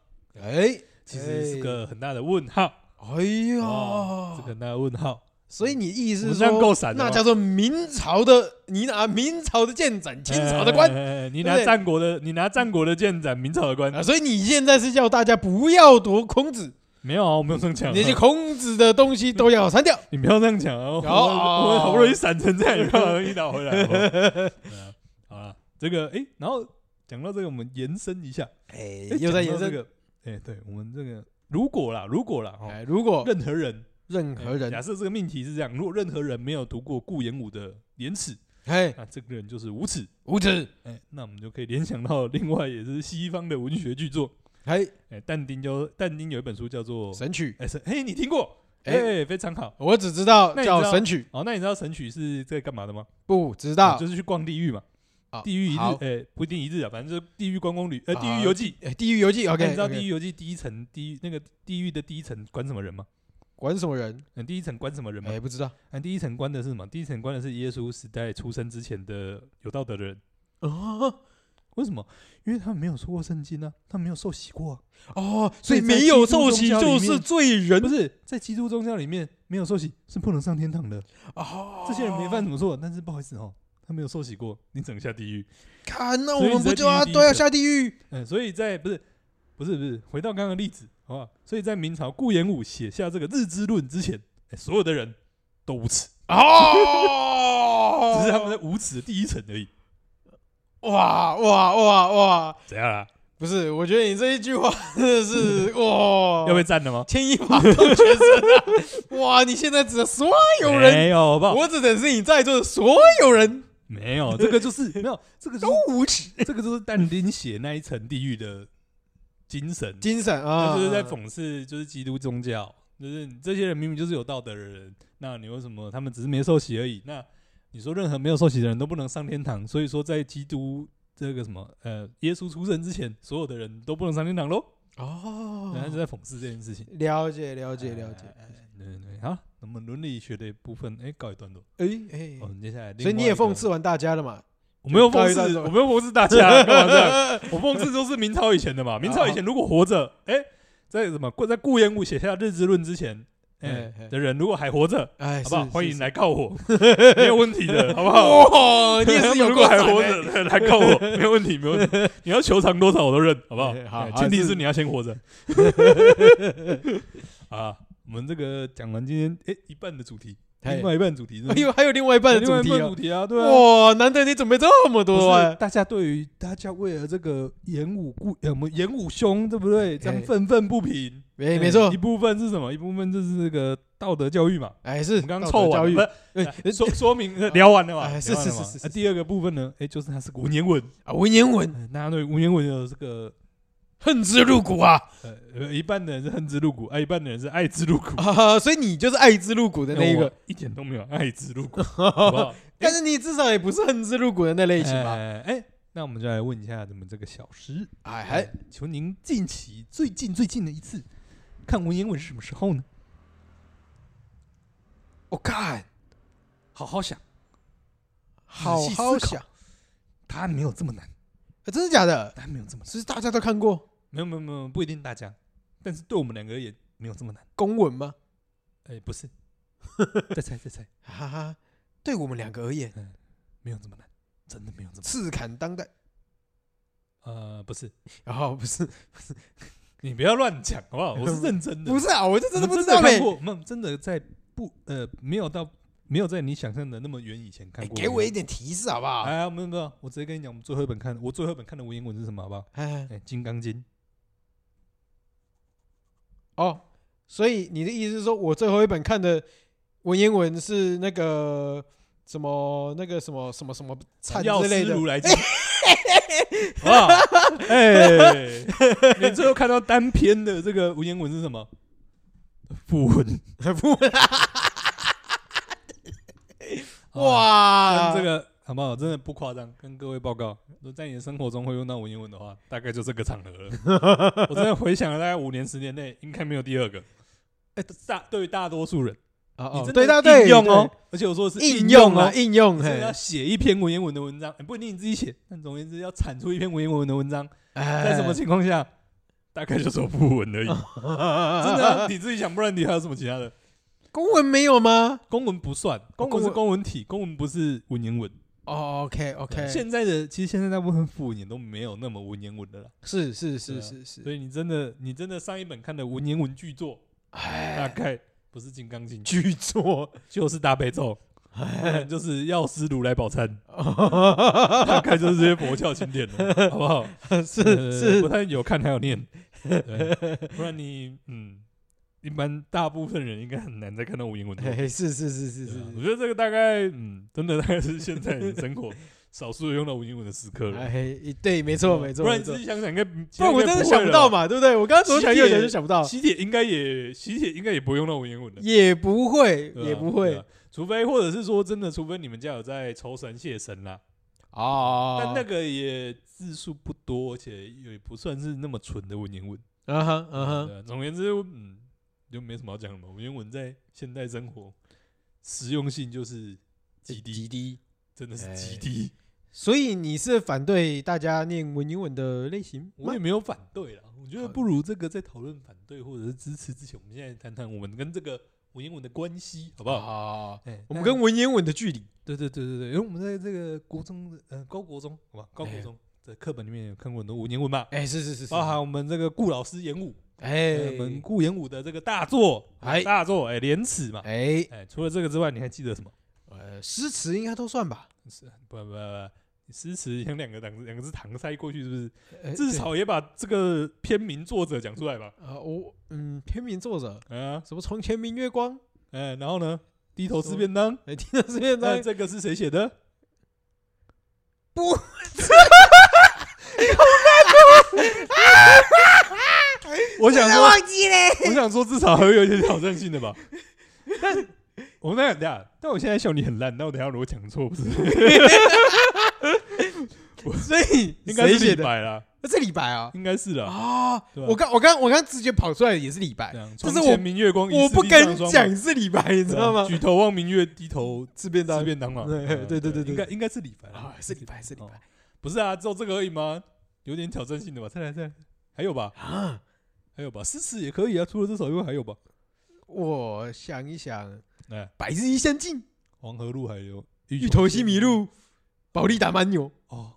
S1: 哎
S2: 其实是个很大的问号，
S1: 哎
S2: 哦，这
S1: 呀，
S2: 个很大的问号。
S1: 所以你意思
S2: 我
S1: 是
S2: 这样够
S1: 说，
S2: 闪的
S1: 那
S2: 吗
S1: 叫做明朝的，你拿明朝的剑斩清朝的官
S2: 哎哎哎哎
S1: 对
S2: 你
S1: 不
S2: 拿
S1: 对
S2: 战国的，你拿战国的剑斩明朝的官
S1: 啊，，所以你现在是叫大家不要读孔 子，
S2: 没有啊，我没有这样讲啊。
S1: 那些孔子的东西都要删掉。
S2: 你不要这样讲啊！我
S1: 有
S2: 我我好不容易
S1: 哦
S2: 闪成这样，你把我一打回来。好不好对啊好了，这个哎，然后讲到这个，我们延伸一下，
S1: 哎
S2: 诶，
S1: 又在
S2: 讲
S1: 延
S2: 到这
S1: 伸。
S2: 个，哎，对我们这个如果啦，如果啦，哦
S1: 哎，如果
S2: 任何人，
S1: 任何
S2: 哎假
S1: 人，
S2: 设这个命题是这样，如果任何人没有读过顾炎武的《廉耻》，
S1: 哎，
S2: 那这个人就是无耻。
S1: 无耻，
S2: 哎，那我们就可以联想到另外也是西方的文学巨作，
S1: 哎，
S2: 哎，但丁就但丁有一本书叫做
S1: 神曲，
S2: 哎神，嘿，你听过？哎、
S1: 哎，
S2: 非常好。
S1: 我只知道
S2: 那你知
S1: 叫
S2: 道
S1: 神曲，
S2: 哦，那你知道神曲是在干嘛的吗？哦
S1: 不知道
S2: 就是去逛地狱嘛，
S1: 啊
S2: 地狱一日，
S1: 好
S2: 哎、不一定一日啊，反正就是地狱观光旅，呃，
S1: 啊
S2: 地狱游记。
S1: 哎地狱游记
S2: 那
S1: ，OK，
S2: 你知道地
S1: 狱
S2: 狱游记第一层，地狱那个地狱的第一层关什么人吗？
S1: 管什么人？
S2: 嗯，第一层关什么人吗
S1: 哎，？不知道。
S2: 嗯，第一层关的是什么？第一层关的是耶稣时代出生之前的有道德的人。
S1: 哦
S2: 为什么？因为他们没有说过圣经啊，他们没有受洗过、啊。
S1: 哦，
S2: 所
S1: 所
S2: 以
S1: 以
S2: 在
S1: 没有
S2: 基督
S1: 受
S2: 宗
S1: 洗
S2: 教里
S1: 就
S2: 面
S1: 是罪人
S2: 不是在基督宗教里面，没有受洗是不能上天堂的。
S1: 哦
S2: 这些人没犯什么错，但是不好意思哦，他没有受洗过，你整下地狱。
S1: 看，那
S2: 所
S1: 我
S2: 以
S1: 们
S2: 你
S1: 不
S2: 在
S1: 就
S2: 地狱
S1: 要
S2: 第一
S1: 都要
S2: 层
S1: 下地狱？
S2: 嗯，所以在不是不是不是，回到刚刚的例子，好不好？所以在明朝顾炎武写下这个《日之论》之前，哎所有的人都无耻，
S1: 哦，
S2: 只是他们在无耻的第一层而已。
S1: 哇哇哇哇！
S2: 怎样啊啦？
S1: 不是，我觉得你这一句话真的是哇，
S2: 要被占了吗？
S1: 牵一发动全身啊！ 哇，你现在指的所哎有人，
S2: 没有，好不好？
S1: 我指的是你在座的所有人
S2: 没有，这个就是没有，这个就
S1: 都
S2: 是
S1: 无耻，
S2: 这个就是但丁写那一层地狱的精神，
S1: 精神
S2: 他
S1: 啊，
S2: 就是在讽刺就是基督宗教，就是你这些人明明就是有道德的人，那你为什么他们只是没受洗而已？那你说任何没有受洗的人都不能上天堂，所以说在基督这个什么呃耶稣出生之前，所有的人都不能上天堂喽？
S1: 哦
S2: 然后就在讽刺这件事情。
S1: 了解了解了解，
S2: 哎，对对对，好，那么伦理学的部分哎告一段落。哦
S1: 哎哎
S2: 我，们接下来另外一个，
S1: 所以你也讽刺完大家了嘛？哎
S2: 我没有
S1: 高
S2: 讽
S1: 一大
S2: 刺，
S1: 众
S2: 我没有讽刺大家，干嘛这样？ 我讽刺都是明朝以前的嘛。明朝以前如果活着，哎、在什么在顾炎武写下《日之论》之前，哎、
S1: 哎哎
S2: 的人如果还活着，
S1: 哎，
S2: 好不好？
S1: 是
S2: 欢迎。
S1: 是
S2: 来告 我，没有问题的，好不好？
S1: 哇，你也是有
S2: 如果
S1: 过
S2: 还活着的来告 我，没有问题，没有问题。你要求偿多少我都认，好不好
S1: 哎？好
S2: 哎
S1: 好
S2: 前提
S1: 是
S2: 是你要 先活着。啊，我们这个讲完今天哎一半的主题，另外一半主题是
S1: 哎还有还有另外一半的
S2: 另外
S1: 主
S2: 一
S1: 题
S2: 半
S1: 啊
S2: 主！题啊，对啊。
S1: 哇，难得你准备这么多
S2: 不是
S1: 哎，
S2: 大家对于大家为了这个演武故呃我们演武兄对不对？这样
S1: 哎
S2: 愤愤不平。
S1: 没
S2: 哎
S1: 没错
S2: 一，部分是什么？一部分就是这个道德教育 嘛。
S1: 哎
S2: 我
S1: 是
S2: 们刚刚
S1: 道
S2: 凑
S1: 德教
S2: 完
S1: 育
S2: 了，不是
S1: 哎
S2: 哎说 说明呃聊完了嘛？
S1: 哎是
S2: 聊完了
S1: 是
S2: 嘛
S1: 是是
S2: 啊第二个部分呢，哎，就是它是文言文，
S1: 啊，文言文
S2: 哎大家对文言文有这个
S1: 恨之入骨啊
S2: 呃呃，一半的人是恨之入骨，啊，一半的人是爱之入骨。
S1: 啊！所以你就是爱之入骨的 那一
S2: 哎
S1: 个
S2: 我，一点都没有爱之入 骨，好不好？
S1: 但是你至少也不是恨之入骨的那类型吧？
S2: 哎，哎那我们就来问一下咱们这个小诗。
S1: 哎，还
S2: 哎，求您近期最近最近的一次看文言文是什么时候呢？
S1: 我看
S2: 好好想，
S1: 好
S2: 仔细
S1: 好
S2: 思考
S1: 想，
S2: 答案没有这么难，
S1: 啊真的假的？
S2: 答案没有这么难，
S1: 是不是大家都看过
S2: 没有没有没有，不一定大家，但是对我们两个而言没有这么难。
S1: 公文吗？
S2: 哎，不 是，再猜再猜，
S1: 哈哈，对我们两个而言，
S2: 没有这么难，真的没有这么
S1: 赤坎当代。
S2: 难。呃，不是，
S1: 然后不是
S2: 你不要乱讲哎好不好？我是认真的，
S1: 不是啊，我就真的
S2: 我
S1: 不
S2: 们
S1: 知
S2: 真
S1: 道
S2: 的
S1: 嘞
S2: 看。过，我们真的在不呃没有到没有在你想象的那么远以前看
S1: 哎
S2: 过。
S1: 给我一。点提示好不好？
S2: 哎，没有没有，我直接跟你讲，我们最后一本看，我最后一本看的文言文是什么，好不好？
S1: 哎
S2: 哎，《金刚经》。
S1: 哦，所以你的意思是说我最后一本看的文言文是那个什么那个什么什么什么禅
S2: 药
S1: 之类
S2: 师
S1: 的？
S2: 如来经。哇，哎，你最后看到单篇的这个文言文是什么？符 文。
S1: 不，哇
S2: 啊，，跟这个好不好？真的不夸张，跟各位报告，如果在你的生活中会用到文言文的话，大概就这个场合了。 我真的回想了，大概五年、十年内应该没有第二个。大对于大多数人，
S1: 啊
S2: 你
S1: 哎哦，
S2: 真
S1: 对
S2: 的
S1: 对对，
S2: 应用
S1: 对
S2: 哦，，而且我说的是
S1: 应用
S2: 哦
S1: 啊，，应用，
S2: 真的要
S1: 嘿，
S2: 写一篇文言文的文章，哎不一定你自己写，但总而言之要产出一篇文言文的文章，在
S1: 在
S2: 什么情况下，大概就说不 文而已。
S1: 哎
S2: 真的啊、你自己想，不然你还有什么其他的？
S1: 公文没有吗
S2: 公文不算，公文是
S1: 啊公文
S2: 公文体，公文不是文言文。
S1: ？OK
S2: 对
S1: OK，
S2: 哦现在的其实现在大部分副文也都没有那么文言文的了，
S1: 是是
S2: 对
S1: 是
S2: 啊
S1: 是是，
S2: 所以你真的你真的上一本看的文言文巨作，大
S1: 哎，
S2: 概不是《金刚经》，
S1: 巨作，
S2: 就是大悲咒，不然就是药师如来宝忏， 大
S1: 是
S2: 概就是这些佛教经典 了，好不好？呃
S1: 是
S2: 不，太有看还 有念，对不然你嗯，一般大部分人应该很难再看到文言文作品。
S1: 哎，是是是是
S2: 对啊我
S1: 是，
S2: 觉得这个大概嗯，真的大概是现在人生活少数用到文言文的时刻了。
S1: 哎，对，没错没错，
S2: 啊不然
S1: 没
S2: 你
S1: 错
S2: 仔细想想，应该
S1: 不然我真的想不到。嘛，对不对？我刚刚左想右想就想不到，
S2: 喜帖应该也喜帖应该也不会用到文言文的，
S1: 也不会，
S2: 对啊
S1: 也不，
S2: 对
S1: 会
S2: 啊除非或者是说真的，除非你们家有在酬神谢神啦，但
S1: 哦
S2: 那个也字数不多，而且也不算是那么纯的文言文。
S1: 嗯哼嗯哼，
S2: 对啊，总而言之，嗯，就没什么好讲的嘛。文言文在现代生活实用性就是极低，
S1: 低。
S2: 真的是极
S1: 哎
S2: 低。
S1: 所以你是反对大家念文言文的类型
S2: 我
S1: 吗
S2: 也？没有反对啦，我觉得
S1: 好
S2: 不如这个在讨论反对或者是支持之前，我们现在谈谈我们跟这个文言文的关系，好不好？
S1: 啊，
S2: 哎，
S1: 我们
S2: 那
S1: 跟文言文的距离
S2: 对对对对对，因为我们在这个国中的呃高国中，好吧，高国
S1: 哎
S2: 中的课本里面有看过很多文言文嘛，
S1: 哎，是是是是，
S2: 包含我们这个顾老师演武，
S1: 哎
S2: 呃我们顾演武的这个大作，
S1: 哎
S2: 大作，哎，廉耻嘛，
S1: 哎，
S2: 哎，除了这个之外，你还记得什么？
S1: 呃，诗词应该都算吧？
S2: 是不不不，诗词有两个两个两个字搪塞过去，是不是？
S1: 哎
S2: 至少也把这个篇名作者讲出来吧。
S1: 对啊，我嗯，天明作者
S2: 啊，
S1: 什么床前明月光，
S2: 哎，然后呢，低头
S1: 什
S2: 吃
S1: 么
S2: 便当，
S1: 哎，听到这边
S2: 那
S1: 在
S2: 这个是谁写的？
S1: 不，
S2: 哦我想说，
S1: 记嘞，
S2: 我想说，至少还会有一些挑战性的吧。但我 那等一下，但我现在笑你很烂，那我等一下如果讲错，不是？
S1: 所以
S2: 应该
S1: 谁
S2: 是
S1: 写
S2: 李
S1: 的？
S2: 白啦，
S1: 那是李白啊！
S2: 应该是的。
S1: 啊，
S2: 对啊啊
S1: 我刚我刚我刚直觉跑出来的也是李白
S2: 这，样，
S1: 但
S2: 床
S1: 是
S2: 前
S1: 我
S2: 明月光，疑
S1: 我
S2: 是
S1: 不
S2: 地
S1: 敢
S2: 上霜嘛
S1: 讲是李白，你知
S2: 对啊
S1: 道吗？
S2: 举头望明月，低头
S1: 自便当
S2: 吃便当嘛。
S1: 对
S2: 嗯
S1: 对对对对
S2: 应该应该是李白啦
S1: 啊，，是李白，是李
S2: 哦
S1: 白
S2: 不是啊，只有这个而已吗？有点挑战性的吧？再来再来，还有吧，
S1: 啊！
S2: 还有吧，诗词也可以啊，除了这首以外还有吧？
S1: 我想一想，
S2: 哎，
S1: 白日依山尽，
S2: 黄河入海流，
S1: 欲投西嗯糜路，保利达蛮牛。
S2: 哦。哦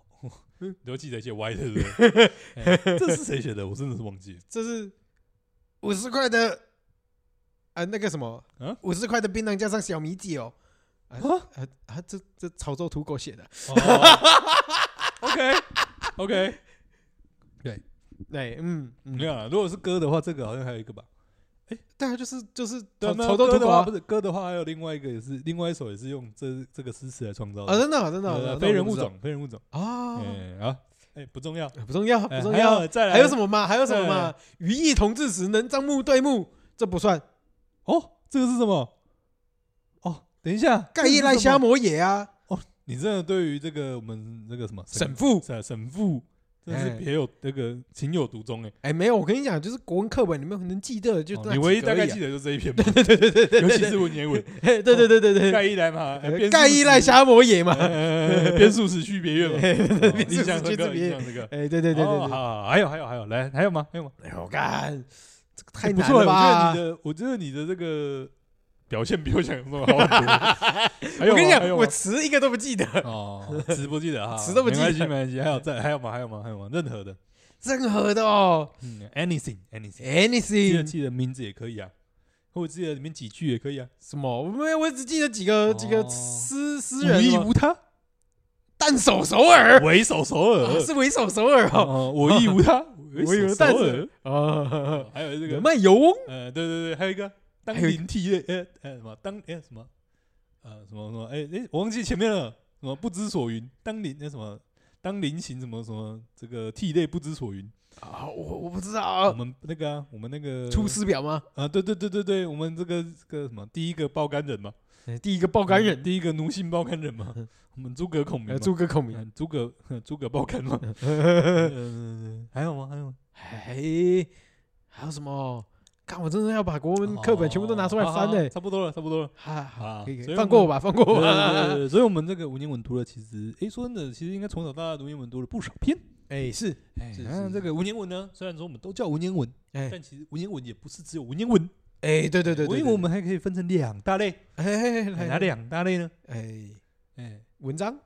S2: 你都记得一些歪的，对不对？哎这是谁写的？我真的是忘 记了。
S1: 这是五十块的啊，那个什么
S2: 啊，
S1: 五十块的槟榔加上小米酒。啊
S2: 啊
S1: 啊啊！这这潮州土狗写的，
S2: 哦 OK OK，
S1: 对，嗯嗯
S2: 没，有了。如果是歌的话，这个好像还有一个吧？
S1: 对啊，就是就是
S2: 对
S1: 潮
S2: 啊，没
S1: 潮
S2: 有
S1: 州
S2: 歌
S1: 土
S2: 的
S1: 狗
S2: 话
S1: 啊
S2: 不，是歌的话，还有另外一个也是另外一首也是用这这个诗词来创造的
S1: 啊，真的啊真的啊真的
S2: 呃
S1: 啊，
S2: 非人物
S1: 那我
S2: 种，非人物种。
S1: 不知道啊，
S2: 哎啊，哎不重要，
S1: 不重要不
S2: 哎
S1: 重
S2: 还
S1: 要
S2: 有，再来哎
S1: 还有什么吗？还有什么吗？于义同志时，能张目对目，这不算。
S2: 哦，这个是什么？哦，等一下，
S1: 盖叶赖
S2: 虾
S1: 瞎。摩也啊，
S2: 你真的对于这个我们这个什么
S1: 沈复。
S2: 沈沈父，真
S1: 哎
S2: 是别有那个情有独钟哎。
S1: 哎，没有，我跟你讲，就是国文课本里面能记得的就
S2: 哦
S1: 那
S2: 你
S1: 几
S2: 唯一
S1: 个
S2: 大
S1: 而
S2: 概
S1: 已啊
S2: 记得就这一篇吧，
S1: 对对对对，
S2: 尤
S1: 对
S2: 其是文言文，
S1: 对对对对对对
S2: 盖伊来嘛，哎
S1: 对，盖伊赖，瞎摩也嘛。
S2: 编数时区别院嘛，哦
S1: 编数
S2: 印象
S1: 时区之
S2: 这个，
S1: 别
S2: 印象这个。
S1: 哎，对对对对
S2: 哦
S1: 对，
S2: 好，还有还有还有，来还有吗？还有吗？
S1: 哎呦，我干，这个太
S2: 不
S1: 难
S2: 错
S1: 了
S2: 欸，我
S1: 吧
S2: 觉得你？的，我觉得你的这个表现比我想象中的好很多。 还有
S1: 我跟你
S2: 吗还
S1: 讲，
S2: 有
S1: 我
S2: 吗
S1: 词一个都不记得，
S2: 哦， 词不记得哈，
S1: 词都不记得
S2: 没关系，没关系。还有再还有吗？还有吗？还有吗？任何的，
S1: 任何的哦
S2: 嗯，anything，anything，记得
S1: ，anything
S2: 记得名字也可以啊，或者记得里面几句也可以啊。
S1: 什么？我没有，我只记得几个几个
S2: 哦
S1: 诗诗
S2: 无
S1: 人
S2: 意
S1: 嘛，
S2: 无 他，
S1: 淡守首尔。
S2: 为首首尔
S1: 啊，是为首首尔哦，
S2: 哦，我亦无他，
S1: 我以为
S2: 首
S1: 淡
S2: 首
S1: 守
S2: 尔。
S1: 哦，
S2: 还有这
S1: 人
S2: 个，
S1: 脉游翁
S2: 呃，对对对，还有一个当
S1: 还有一
S2: 临涕泪，呃呃什么当哎什么，呃什么什么哎哎，我忘记前面了，什么不知所云，当临那什么。当临行什么什么，这个涕泪不知所云。
S1: 啊，我我不知
S2: 我
S1: 道，
S2: 们那个啊，我们那个
S1: 出师表吗？
S2: 啊，对对对对对，我们这个这个什么，第一个爆肝人嘛，
S1: 第一个爆肝
S2: 嗯
S1: 人，
S2: 第一个奴性爆肝 人嘛，我们诸葛孔明
S1: 呃，
S2: 嘛，
S1: 诸葛孔明。呃
S2: 嗯诸葛诸葛爆肝嘛， 嗯还有吗？还有吗
S1: 哎，还有什么？看，我真的要把国文课本全部都拿出来
S2: 哦
S1: 翻欸
S2: 好好好
S1: 嘞！
S2: 差不多了，差不多了。
S1: 哈，好
S2: 好
S1: 可以可
S2: 啊所
S1: 以
S2: 以
S1: 放
S2: 我
S1: 过我
S2: 们
S1: 吧，放 过
S2: 对
S1: 我
S2: 对对
S1: 吧。
S2: 对，所以我们这个文言文读了，其实诶，说真的，其实应该从小到大读文言文读了不少篇。
S1: 哎，是，
S2: 哎，
S1: 是
S2: 那
S1: 是
S2: 这个文言文呢，虽然说我们都叫文言文，
S1: 哎
S2: 但其实文言文也不是只有文言文。
S1: 哎，对对对对，对
S2: 文言文嗯我，们还可以分成两大类，
S1: 哎哎
S2: 哎
S1: 来
S2: 哪？两大类呢？
S1: 哎，
S2: 哎，
S1: 文 章，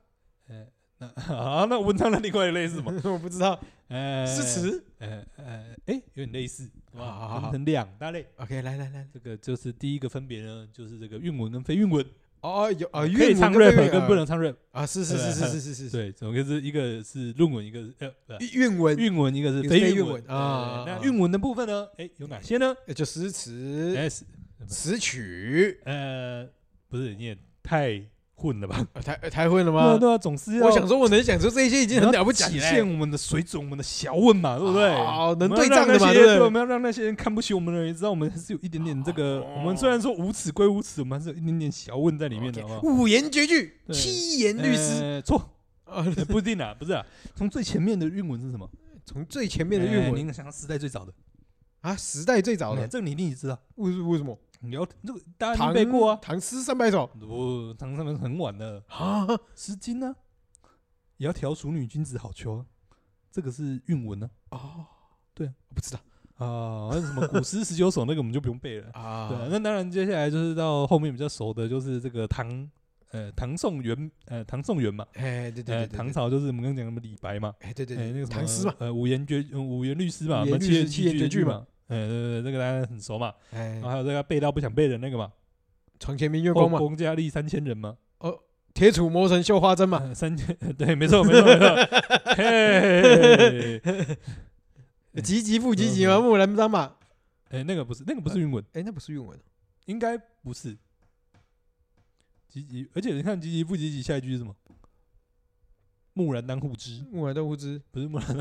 S2: 哎，那 啊，那文章的另外一类是 什么？
S1: 我不知道，
S2: 哎，
S1: 诗词。
S2: 呃呃，哎、有点类似，好不
S1: 好好
S2: 好
S1: 好
S2: 分成两大类。
S1: OK，来来来，
S2: 这个就是第一个分别呢，就是这个韵文跟非韵文，
S1: 哦哦有啊，
S2: 可以
S1: 韵文
S2: 唱
S1: 跟
S2: rap
S1: 韵文
S2: 跟不能唱 rap。
S1: 啊，是是是是是是是，
S2: 对，总之是一个是论文，一个是呃不是
S1: 韵文
S2: 韵文，一个
S1: 一
S2: 是
S1: 个
S2: 非
S1: 是非
S2: 韵
S1: 韵
S2: 文
S1: 文啊
S2: 对对对
S1: 啊
S2: 那韵文的部分呢，哎，有哪些呢？
S1: 呃就诗词，
S2: 哎，是
S1: 词曲，
S2: 呃，不是，你也太混了 吧？
S1: 呃台呃台混了
S2: 对啊，
S1: 吗？
S2: 对啊，总是要
S1: 我想说，我能想出这一些已经很了不
S2: 展
S1: 起
S2: 现
S1: 了。
S2: 我们的水准，我们的小稳嘛，对不啊对？
S1: 哦
S2: 我
S1: 能
S2: 们
S1: 对
S2: 要
S1: 仗
S2: 让
S1: 的
S2: 那
S1: 嘛
S2: 些
S1: 对不对
S2: 我们要让那些人看不起我们的人也知道，我们还是有一点点这个。我们虽然说无耻归无耻，我们还是有一点点小问在里面的，好不好？
S1: 哦五言绝句，
S2: 对
S1: 七言律诗。
S2: 呃错，
S1: 啊，
S2: 呃不一定 啊，不是啊。从最前面的韵文是什么？
S1: 从最前面的
S2: 呃
S1: 韵文
S2: 您想到时代最早的，
S1: 啊，时代最早
S2: 哎
S1: 的，
S2: 这个你一定知道。
S1: 为为什么？
S2: 你要这个大家
S1: 唐
S2: 都背过啊？
S1: 唐诗三百首
S2: 不，唐三们很晚的，《
S1: 啊，
S2: 诗经》呢，也要调淑女君子好逑啊，这个是韵文呢。
S1: 哦，
S2: 对啊，
S1: 我不知道
S2: 啊，那什么古诗十九首那个我们就不用背了。对啊，
S1: 啊，
S2: 那当然，接下来就是到后面比较熟的，就是这个唐，呃，唐宋元，呃，唐宋元嘛，
S1: 哎，对对
S2: 呃，
S1: 对，对
S2: 唐，朝就是我们刚刚讲什么李白嘛，
S1: 哎，对对
S2: 哎，那
S1: 对，
S2: 个什么
S1: 唐诗嘛，，
S2: 呃，五言绝，呃五言律诗嘛，
S1: 五
S2: 我
S1: 言
S2: 们
S1: 律
S2: 七
S1: 诗
S2: 言
S1: 七言绝句
S2: 句
S1: 嘛，
S2: 哎，对对对，这个大家很熟嘛。
S1: 哎
S2: 然后，还有这个背到不想背的那个嘛，
S1: 床前明月光
S2: 后
S1: 嘛，
S2: 宫佳丽三千人嘛，
S1: 铁杵磨成绣花针嘛，
S2: 呃 三千，对，没错没错没错，嘿，嗯
S1: 急急复急
S2: 嗯
S1: 急嘛，木兰当嘛，
S2: 哎，那个不是，那个不是韵文，
S1: 哎，那不是韵文
S2: 应该不是。积极，而且你看积极不积极，下一句是什么？木兰当户织，
S1: 木兰当户织，
S2: 不是木兰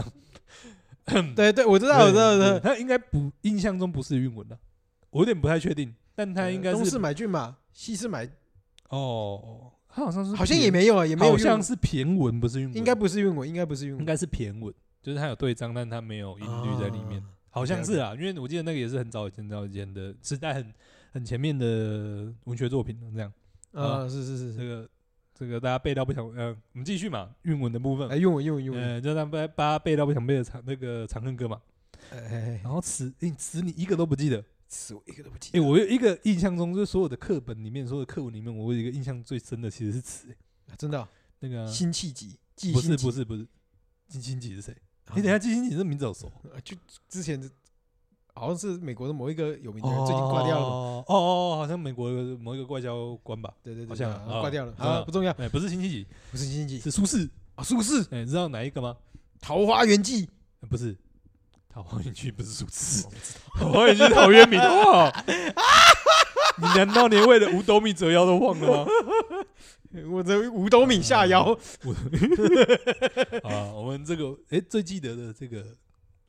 S2: 当。
S1: 对对，我知道，我知道，我知道，
S2: 他应该不印象中不是韵文的，我有点不太确定，但他应该
S1: 东市
S2: 是
S1: 买骏马，西市买
S2: 哦，他好像是
S1: 好像
S2: 骈
S1: 也没有啊，也没有
S2: 好
S1: 韵
S2: 像是骈文，不是韵文，
S1: 应该不是韵文，应该不是韵
S2: 应
S1: 文，
S2: 该是骈文，就是它有对仗，但它没有音律在里面，
S1: 啊
S2: 好像是
S1: OK，OK
S2: 啊，因为我记得那个也是很早以前、很早以前的时代很很前面的文学作品这样。
S1: 啊，是是是
S2: 这
S1: 是，
S2: 个这个大家背到不想，呃，我们继续嘛，韵文的部分
S1: 哎，，韵文韵文韵文，
S2: 呃，就让大家大家背到不想背的长那个《长恨歌》嘛。
S1: 哎哎，哎
S2: 然后词，诶词你一个都不记得，
S1: 词我一个都不记
S2: 诶，
S1: 得，
S2: 哎我有一个印象中，就是所有的课本里面，所有的课文里面，我有一个印象最深的其实是词，诶
S1: 真的啊
S2: 那个啊
S1: 辛弃疾，记
S2: 不是不
S1: 是，
S2: 是不是，金星吉是谁？
S1: 啊
S2: 哎你等一下，金星吉这名字好熟，
S1: 啊就之前的好像是美国的某一个有名
S2: 哎
S1: 的人最近挂掉了嘛，
S2: 哦哦哦，好像美国的某一个外交官吧？
S1: 对对
S2: 好
S1: 对，
S2: 像
S1: 啊
S2: 啊
S1: 挂掉了
S2: 不重要
S1: 啊，不重要，
S2: 哎，不是辛弃疾，
S1: 不是辛弃疾
S2: 是苏轼。
S1: 啊，苏轼《
S2: 哎，你知道哪一个吗？
S1: 桃花源记》
S2: 呃不是，桃花源记不是苏轼，
S1: 我不知道，
S2: 桃花源记陶渊明，好不好？你难道连为了五斗米折腰都忘了吗？
S1: 我这五斗米
S2: 嗯
S1: 下腰，
S2: 好啊，我们这个哎最记得的这个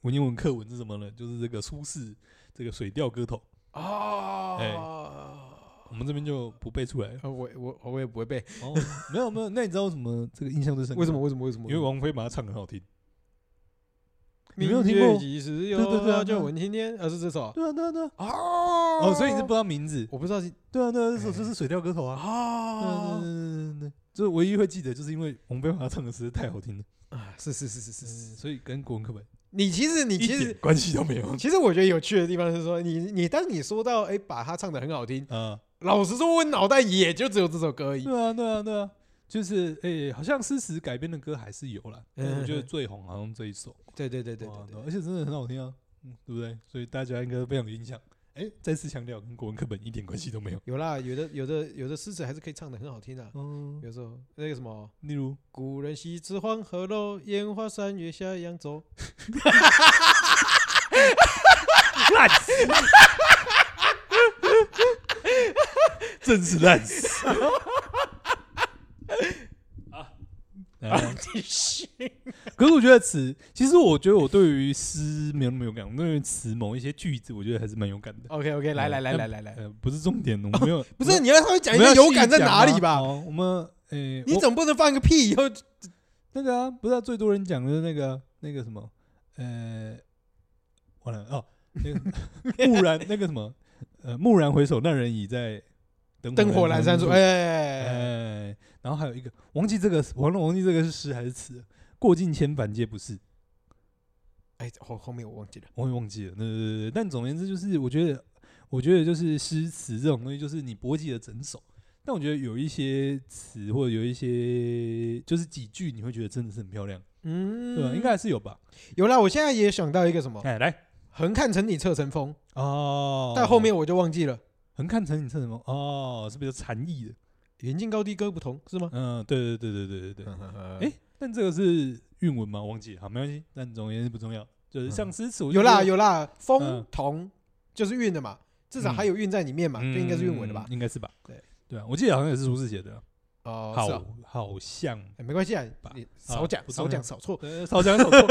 S2: 文言文课文是什么呢？就是这个苏轼这个《水调歌头》，哎
S1: 哦，
S2: 我们这边就不背出来了。
S1: 啊我我我也不会背，
S2: 哦，没有没有，那你知道为什么这个印象最深刻吗？
S1: 为什么为什么为什么？
S2: 因为王菲把它唱得很好听。你
S1: 明
S2: 没有听过
S1: 月几时有？
S2: 对对对啊对啊
S1: 叫文青天，啊是这首啊
S2: 对啊对啊对啊。
S1: 哦
S2: 哦，所以你是不知道名字？
S1: 我不知道是
S2: 对啊对啊，这首就是《水调歌头》啊。对对
S1: 啊
S2: 对对对，就是唯一会记得，就是因为王菲把它唱的实在太好听了，
S1: 啊是是是是是是，
S2: 嗯所以跟国文课本
S1: 你其实你
S2: 一
S1: 其
S2: 点
S1: 实
S2: 关系都没有
S1: 其实我觉得有趣的地方是说，你你当你说到哎、把它唱的很好听，
S2: 啊。
S1: 老实说，我脑袋也就只有这首歌而已。
S2: 对啊对啊对啊，就是诶、好像诗词改编的歌还是有啦，但是我觉得最红好像这一首，
S1: 对对对对
S2: 哇
S1: 对对，
S2: 而且真的很好听啊，嗯，对不对？所以大家应该非常有印象。哎、再次强调，跟国文课本一点关系都没有。
S1: 有啦，有的有的有的诗词还是可以唱的很好听的、啊。
S2: 嗯，
S1: 有时候那个什么
S2: 例如
S1: “古人西辞黄河楼，烟花三月下扬州
S2: 烂死，真是烂死。啊，”，
S1: 继续
S2: 可是我觉得词，其实我觉得我对于诗没有那么有感，我对于词某一些句子，我觉得还是蛮有感的。
S1: OK OK，来来来来来来，
S2: 呃，不是重点，我没有，
S1: 哦不是你要稍微讲一
S2: 我
S1: 下
S2: 要
S1: 有
S2: 细
S1: 感在哪
S2: 讲
S1: 里
S2: 吗
S1: 吧？
S2: 哦我们诶，
S1: 你
S2: 我
S1: 总不能放个屁以后
S2: 那个啊，不是啊最多人讲的那个那个什么，呃，完了哦，那个 蓦然那个什么，呃，蓦然回首，那人已在灯
S1: 灯火阑珊处，哎，哎哎
S2: 哎，然后还有一个，忘记这个，忘了忘记这个是诗还是词，过尽千帆皆不是，
S1: 哎，后后面我忘记了。
S2: 我也忘记了。对对对对，但总而言之，就是我觉得，我觉得就是诗词这种东西，就是你不会记得整首，但我觉得有一些词或者有一些就是几句，你会觉得真的是很漂亮，
S1: 嗯，哦
S2: 对吧？应该还是有吧。
S1: 有啦。我现在也想到一个什么
S2: 哎，来
S1: “横看成你侧成峰”，
S2: 哦，
S1: 但后面我就忘记了。
S2: 横看成岭侧成峰哦，是比较禅意的。
S1: 远近高低各不同，是吗？
S2: 嗯，对对对对对对对。
S1: 哎
S2: 哎，但这个是韵文吗？忘记了，好，没关系。但总而言之不重要，就是像诗词，我就
S1: 有啦
S2: 觉得
S1: 有啦，风
S2: 嗯
S1: 同就是韵的嘛，至少还有韵在里面嘛，
S2: 嗯
S1: 就应该是韵文的吧？
S2: 应该是吧？
S1: 对
S2: 对啊，我记得好像也是苏轼写的啊，
S1: 哦，是啊
S2: 好好像
S1: 哎没关系啊
S2: 吧，
S1: 你少讲
S2: 啊不重
S1: 少
S2: 要
S1: 讲少 错，
S2: 呃，少讲少错，
S1: 少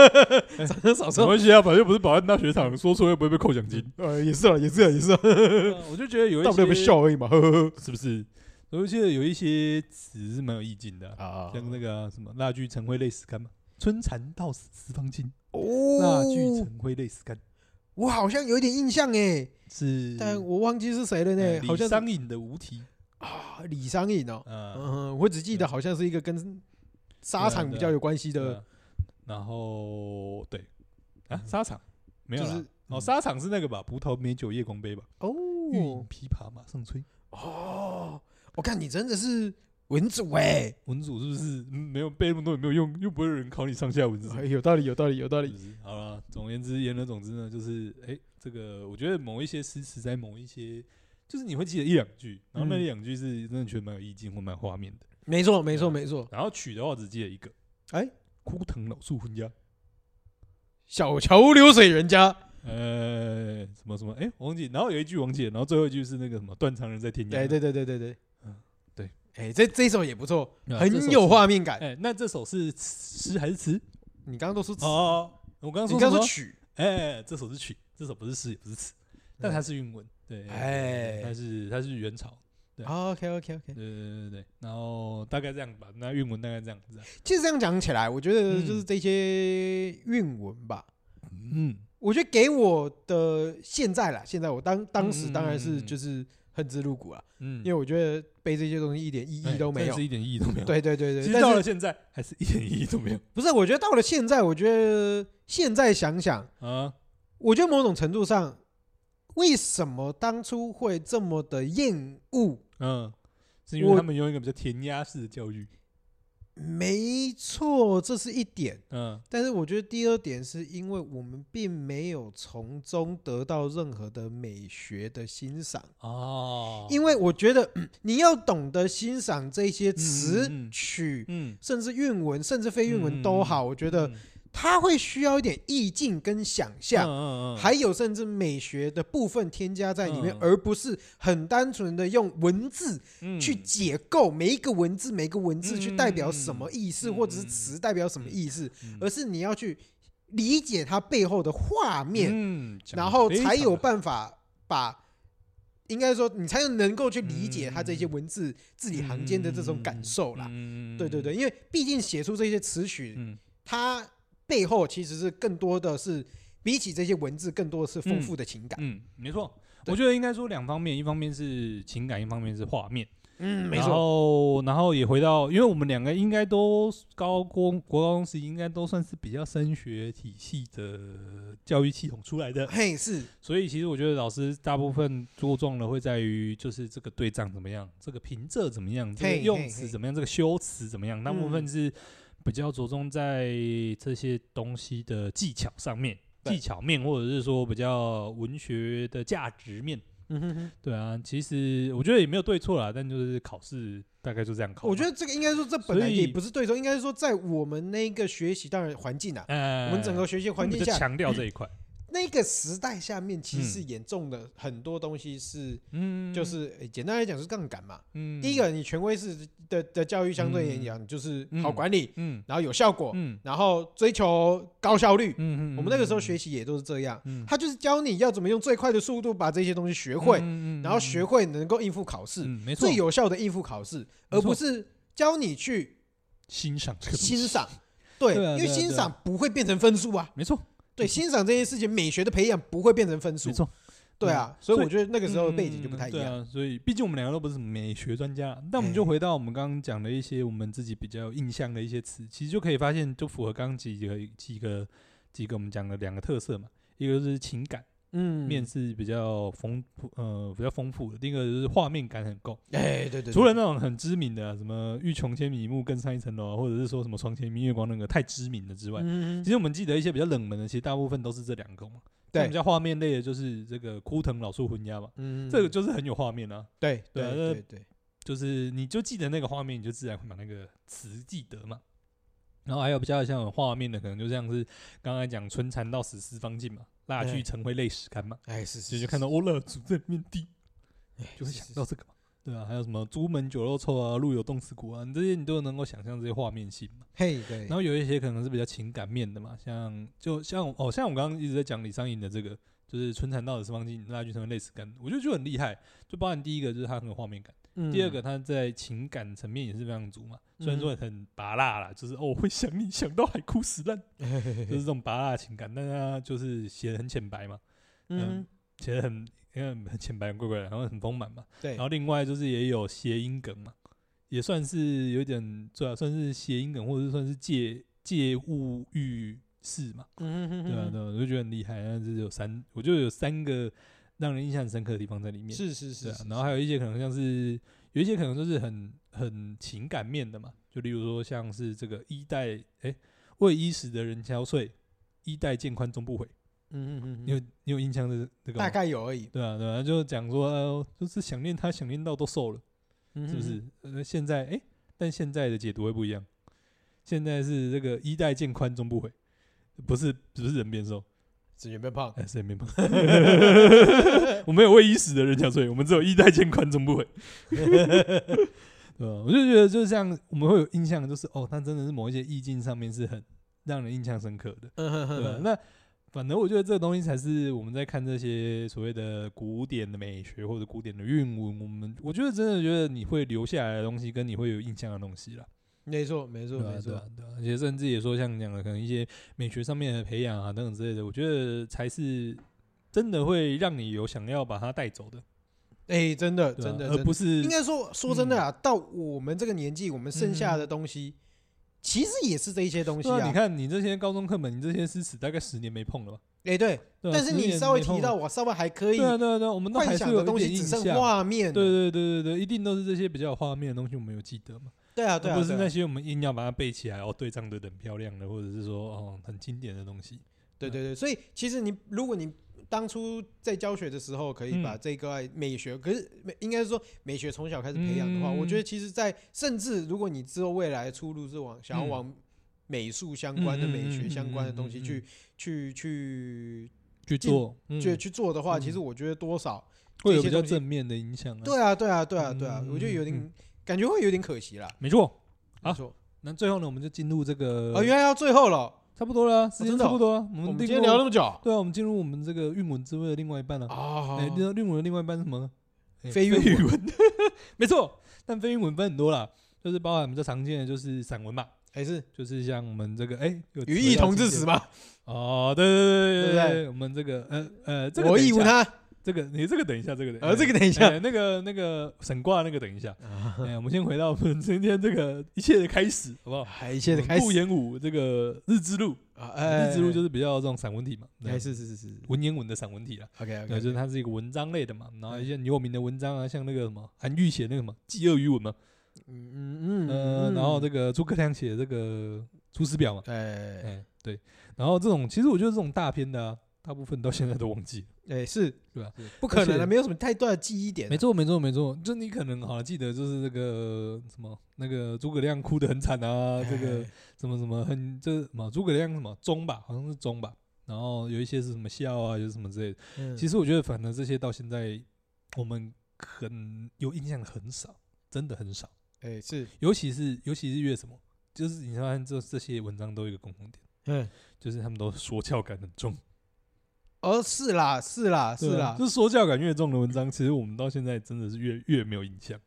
S1: 讲少
S2: 没
S1: 错，
S2: 关系啊，反正又不是保安大学堂，说错又不会被扣奖 金。
S1: 呃，也是啊，也是啊，也是啊，
S2: 嗯我就觉得有一
S1: 大不了被
S2: 些
S1: 笑而已嘛，呵呵
S2: 是不是？我就记得有一些词是蛮有意境的
S1: 呵
S2: 啊，
S1: 啊
S2: 像那个啊什么“蜡炬成灰泪始干”嘛，“春蚕到死丝方尽，
S1: 哦，
S2: 蜡炬成灰泪始干
S1: 我好像有点印象哎，”
S2: 是，
S1: 但我忘记是谁了
S2: 呃
S1: 呢，好像
S2: 李
S1: 是
S2: 商隐的《无题
S1: 啊李商隐哦，》
S2: 啊，
S1: 嗯，我只记得好像是一个跟沙场比较有关系
S2: 对
S1: 的，
S2: 啊。然后对啊，沙场
S1: 嗯
S2: 没
S1: 就
S2: 有啦
S1: 是。嗯
S2: 哦，沙场是那个吧？葡萄美酒夜光杯吧？
S1: 哦
S2: 欲饮琵琶马上催。
S1: 哦，我看你真的是文主哎，
S2: 文组是不是、嗯、没有背那么多也没有用，又不会有人考你上下文字。
S1: 哎有道理，有道理，有道
S2: 是
S1: 理
S2: 不。是好了，总而言之，言而总之呢，就是哎、这个我觉得某一些诗词在某一些，就是你会记得一两句，然后那
S1: 嗯
S2: 一两句是真的觉得蛮有意境或蛮有画面的。
S1: 没错，没错，
S2: 对
S1: 没错。
S2: 然后曲的话只记得一个，
S1: 哎
S2: 枯藤老树昏鸦，
S1: 小桥流水人家，嗯
S2: 呃，什么什么，哎、我忘记。然后有一句忘记了，然后最后一句是那个什么断肠人在天涯。
S1: 哎对对对对对对
S2: 嗯，对。
S1: 哎，这这一首也不错，
S2: 啊这首
S1: 很有
S2: 是
S1: 画面感。
S2: 哎、那这首是诗还是词？
S1: 你刚刚都说词，
S2: 哦，我刚刚
S1: 你
S2: 说
S1: 刚刚
S2: 什
S1: 说
S2: 么
S1: 曲，
S2: 哎、这首是曲，这首不是诗，也不是词，但它是韵文，对，
S1: 嗯哎
S2: 它是它是元朝，对
S1: OK OK OK，
S2: 对对对对，然后大概这样吧，那韵文大概这样子啊，
S1: 其实这样讲起来，我觉得就是
S2: 嗯
S1: 这些韵文吧，
S2: 嗯，
S1: 我觉得给我的现在啦，现在我当当时
S2: 嗯
S1: 当然是
S2: 嗯嗯
S1: 就是恨之入骨了，
S2: 嗯
S1: 因为我觉得背这些东西一点意
S2: 哎
S1: 义都没
S2: 真
S1: 有
S2: 的是。一点意义都没有。，
S1: 对对对对，
S2: 其实到
S1: 但
S2: 了
S1: 是
S2: 现在还是一点意义都没有
S1: 不是？我觉得到了现在，我觉得现在想想，
S2: 啊。
S1: 我觉得某种程度上，为什么当初会这么的厌恶？
S2: 嗯，是因为
S1: 我
S2: 他们用一个比较填鸭式的教育。
S1: 没错，这是一点。
S2: 嗯
S1: 但是我觉得第二点是因为我们并没有从中得到任何的美学的欣赏，
S2: 哦，
S1: 因
S2: 为
S1: 为我觉得嗯你要懂得欣赏这些词
S2: 嗯嗯嗯
S1: 曲，
S2: 嗯，
S1: 甚至韵文，甚至非韵文都好，我觉
S2: 觉
S1: 得它会需要一点意境跟想象。
S2: 嗯嗯
S1: 还有甚至美学的部分添加在里面，
S2: 嗯
S1: 而不是很单纯的用文字去解构每一个文字，每个文字去代表什么意思，
S2: 嗯嗯嗯
S1: 或者是词代表什么
S2: 嗯
S1: 意思，而
S2: 而
S1: 是你要去理解它背后的画面，
S2: 嗯，讲得
S1: 然后
S2: 非
S1: 才
S2: 常
S1: 有
S2: 好
S1: 办法把，应该说你才能够去理解它这些
S2: 嗯
S1: 文字字里行间的这种感受啦。
S2: 嗯
S1: 对对对，，因为毕竟写出这些词曲，
S2: 嗯
S1: 它背后其实是更多的是比起这些文字，更多的是丰富的情感。
S2: 嗯，没错。
S1: 对
S2: 我觉得应该说两方面，一方面是情感，一方面是画面。
S1: 嗯，
S2: 然。后，然后也回到，因为我们两个应该都高中国高中时期应该都算是比较升学体系的教育系统出来的，
S1: 嘿，是
S2: 所以其实我觉得老师大部分着重的会在于就是这个对仗怎么样，这个平仄怎么样，这个
S1: 嘿
S2: 用
S1: 嘿
S2: 词
S1: 嘿
S2: 怎么样，这个修辞怎么样，大部分
S1: 嗯
S2: 是比较着重在这些东西的技巧上面。
S1: 对
S2: 技巧面，或者是说比较文学的价值面，
S1: 嗯哼哼，
S2: 对啊，其实我觉得也没有对错啦，但就是考试大概就这样考嘛。
S1: 我觉得这个应该说，这本来
S2: 所以
S1: 也不是对错，应该是说在我们那个学习当然环境啊，
S2: 呃，
S1: 我们整个学习环境
S2: 就
S1: 下，嗯
S2: 强调这一块，
S1: 那个时代下面其实
S2: 嗯
S1: 严重的很多东西是，
S2: 嗯，
S1: 就是诶简单来讲是杠杆嘛。
S2: 嗯，
S1: 第一，个，你权威式的的教育相对来讲就是好管理，
S2: 嗯
S1: 然后有效果，
S2: 嗯
S1: 然后追求高效率。
S2: 嗯嗯，
S1: 我们那个时候学习也都是这样，
S2: 嗯
S1: 他就是教你要怎么用最快的速度把这些东西学会，
S2: 嗯
S1: 然后学会能够应付考试，
S2: 嗯，没错，
S1: 最有效的应付考试，
S2: 没
S1: 而
S2: 错
S1: 不是教你去
S2: 欣赏这个东西
S1: 欣， 赏。对，
S2: 对啊
S1: 因为
S2: 对啊
S1: 欣
S2: 对啊
S1: 赏不会变成分数啊。
S2: 没错，
S1: 对，欣赏这件事情，美学的培养不会变成分数
S2: 没。错，
S1: 对啊，
S2: 嗯
S1: 所以
S2: 所以
S1: 我觉得那个时候背景就不太一
S2: 嗯对
S1: 样。
S2: 啊，所以毕竟我们两个都不是什么美学专家，但我们
S1: 哎
S2: 就回到我们刚刚讲的一些我们自己比较有印象的一些词，其实就可以发现，就符合刚刚几个几个几个我们讲的两个特色嘛，一个就是情感。
S1: 嗯，
S2: 面是比较丰富，呃，比较丰富的。另一个就是画面感很够，
S1: 哎，对对对，
S2: 除了那种很知名的、啊、什么“欲穷千里目，更上一层楼啊”或者是说什么“床前明月光”那个太知名的之外，
S1: 嗯，
S2: 其实我们记得一些比较冷门的，其实大部分都是这两个嘛。
S1: 对
S2: 像比较画面类的就是这个“枯藤老树昏鸦”嘛，
S1: 嗯，
S2: 这个就是很有画面啊，
S1: 对
S2: 对啊
S1: 对对对，
S2: 就是你就记得那个画面，你就自然会把那个词记得嘛。然后还有比较像有画面的，可能就像是刚才讲“春蚕到死丝方尽”嘛，“蜡
S1: 对
S2: 炬成灰泪始干”嘛。
S1: 哎是
S2: 所
S1: 是，
S2: 以就是看到欧乐主在面的，就会
S1: 是
S2: 想
S1: 是
S2: 到这个嘛。对啊，还有什么朱门酒肉臭啊，路有冻死骨啊，你这些你都能够想象这些画面性嘛。
S1: 嘿对，
S2: 然后有一些可能是比较情感面的嘛，像就像哦，像我刚刚一直在讲李商隐的这个，就是春蚕到死丝方尽，蜡炬成灰泪始干，我觉得就很厉害。就包含第一个就是他很有画面感，
S1: 嗯
S2: 第二个他在情感层面也是非常足嘛。虽然
S1: 嗯
S2: 说很拔辣啦，就是哦我会想你，想到海枯 石烂，就是这种拔辣的情感，但是他就是写的很浅白嘛。
S1: 嗯
S2: 写的很因为很浅白、很贵贵的，然后很丰满嘛。
S1: 对
S2: 然，后另外就是也有谐音梗嘛，也算是有点对啊，算是谐音梗，或者是算是借借物喻事嘛。
S1: 嗯哼
S2: 对啊，
S1: 哼
S2: 对啊，我就觉得很厉害。但是有三，我就有三个让人印象很深刻的地方在里面。
S1: 是是
S2: 对
S1: 是
S2: 啊，
S1: 是，
S2: 然后还有一些可能像是有一些可能就是很很情感面的嘛，就例如说像是这个一代哎为衣食的人憔悴，一代见宽终不悔。
S1: 嗯嗯
S2: 你有
S1: 嗯，
S2: 你有印象的这个吗
S1: 大概有而已，
S2: 对啊，对啊，就讲说、呃，就是想念他，想念到都瘦了，
S1: 是
S2: 是不
S1: 嗯
S2: 是？？呃，现在哎、但现在的解读会不一样，现在是这个一代见宽终不悔，不是不是人变瘦，
S1: 只有变胖，
S2: 哎、是人变胖。 我们有为已死的人憔悴，我们只有一代见宽终不悔。 对啊，我就觉得就是这样，我们会有印象，就是哦，他真的是某一些意境上面是很让人印象深刻的。
S1: 嗯哼
S2: 对啊
S1: 哼，
S2: 那反正我觉得这个东西才是我们在看这些所谓的古典的美学或者古典的韵文，我们我觉得真的觉得你会留下来的东西，跟你会有印象的东西啦。
S1: 没错，没错，
S2: 对啊
S1: 没
S2: 对啊
S1: 错，
S2: 对啊而且甚至也说像你讲的，可能一些美学上面的培养啊等等之类的，我觉得才是真的会让你有想要把它带走的，
S1: 哎，真的，
S2: 对啊
S1: 真的，
S2: 而
S1: 真的
S2: 不是嗯
S1: 应该说说真的啊，到我们这个年纪，我们剩下的东西，其实也是这一些东西
S2: 对啊。
S1: 啊
S2: 你。看你这些高中课本，你这些诗词大概十年没碰了吧？
S1: 哎，对，
S2: 对啊
S1: 但是
S2: 10
S1: 你
S2: 年
S1: 稍微
S2: 没碰
S1: 提到，
S2: 了
S1: 我稍微还可以
S2: 对啊对啊对啊，我们都还
S1: 幻
S2: 是
S1: 想
S2: 有
S1: 的
S2: 一
S1: 东西，
S2: 点
S1: 只
S2: 印
S1: 剩
S2: 象
S1: 画面了。
S2: 对对对对对，一定都是这些比较有画面的东西，我们有记得嘛？
S1: 对啊，对
S2: 而
S1: 啊，
S2: 不是
S1: 对
S2: 那
S1: 啊
S2: 些我们硬要把它背起来，哦，对仗对的很漂亮的，或者是说哦很经典的东西。
S1: 对对对，所以其实你如果你当初在教学的时候，可以
S2: 嗯
S1: 把这个美学，可是美应该是说美学从小开始培养的话，
S2: 嗯
S1: 我觉得其实在，甚至如果你之后未来的出路是往想要
S2: 嗯
S1: 往美术相关的、
S2: 嗯嗯
S1: 美学
S2: 嗯
S1: 相关的
S2: 嗯
S1: 东西
S2: 嗯
S1: 去去去
S2: 去
S1: 进
S2: 做，
S1: 去
S2: 嗯、
S1: 去做的话，
S2: 嗯
S1: 其实我觉得多少
S2: 会有
S1: 这些
S2: 比较
S1: 东西
S2: 正面的影响、啊。，
S1: 对啊，对啊，对啊，对啊，
S2: 嗯
S1: 我觉得有
S2: 嗯
S1: 点感觉会有点可惜啦。
S2: 没错。
S1: 没
S2: 啊
S1: 错，
S2: 那最后呢，我们就进入这个，
S1: 哦，原来要最后了，
S2: 差不多了啊，时
S1: 真
S2: 间
S1: 的
S2: 差不
S1: 哦
S2: 多啊。我
S1: 我
S2: 们
S1: 们
S2: 进
S1: 今天
S2: 入
S1: 聊那么久
S2: 对啊，我们进入我们这个韵文之味的另外一半了、啊。
S1: 啊
S2: 哎、韵韵文的另外一半是什么呢？哎
S1: 非韵
S2: 非
S1: 文
S2: 韵文， 没错。但非韵文分很多啦，就是包含我们比较常见的就是散文嘛，
S1: 还哎是
S2: 就是像我们这个哎，有
S1: 与
S2: 回
S1: 异
S2: 到
S1: 同
S2: 今
S1: 至死
S2: 天
S1: 嘛，
S2: 哦，对对对
S1: 对不
S2: 对
S1: 对
S2: 我们这个呃呃，这个
S1: 我
S2: 等一
S1: 亦无
S2: 下，
S1: 他。
S2: 这个你这个等一下，这个等
S1: 呃，这
S2: 个
S1: 个等一下，啊
S2: 那个那个省卦那个等一下，哎，我们先回到我们今天这个一切的开始，好不好？
S1: 还一切的哎开
S2: 顾
S1: 始
S2: 炎武这个日之路，
S1: 啊，哎
S2: 日之路就是是比较这种散文体嘛，对
S1: 还是是是是是
S2: 文言文的散文体啦。
S1: ，OK
S2: 对，
S1: OK，
S2: 就
S1: 哎
S2: 是它是一个文章类的嘛，然后一些很有名的文章啊，像那个什么韩愈写那个什么《祭鳄鱼文》嘛，
S1: 嗯嗯
S2: 呃，然后这个诸葛亮写这个《出师表》嘛，
S1: 哎
S2: 哎，对，然后这种其实我觉得这种大片的、啊，大部分到现在都忘记了。
S1: 哎是，
S2: 对啊
S1: 是？不可能
S2: 而且
S1: 的，没有什么太多的记忆点啊
S2: 没。错，没错，没错，就你可能好了记得就是那个什么那个诸葛亮哭得很惨啊，这个
S1: 哎
S2: 什么什么很这什么诸葛亮什么忠吧，好像是忠吧，然后有一些是什么孝啊，有什么之类的。
S1: 嗯
S2: 其实我觉得，反正这些到现在我们很有印象的很少，真的很少，
S1: 哎是，
S2: 尤其是尤其是越什么，就是你发现这这些文章都有一个共同点，
S1: 嗯，
S2: 就是他们都说教感很重。
S1: 哦是啦是啦啊是
S2: 对啊
S1: 啦，
S2: 就是说教感越重的文章，其实我们到现在真的是越越没有印象。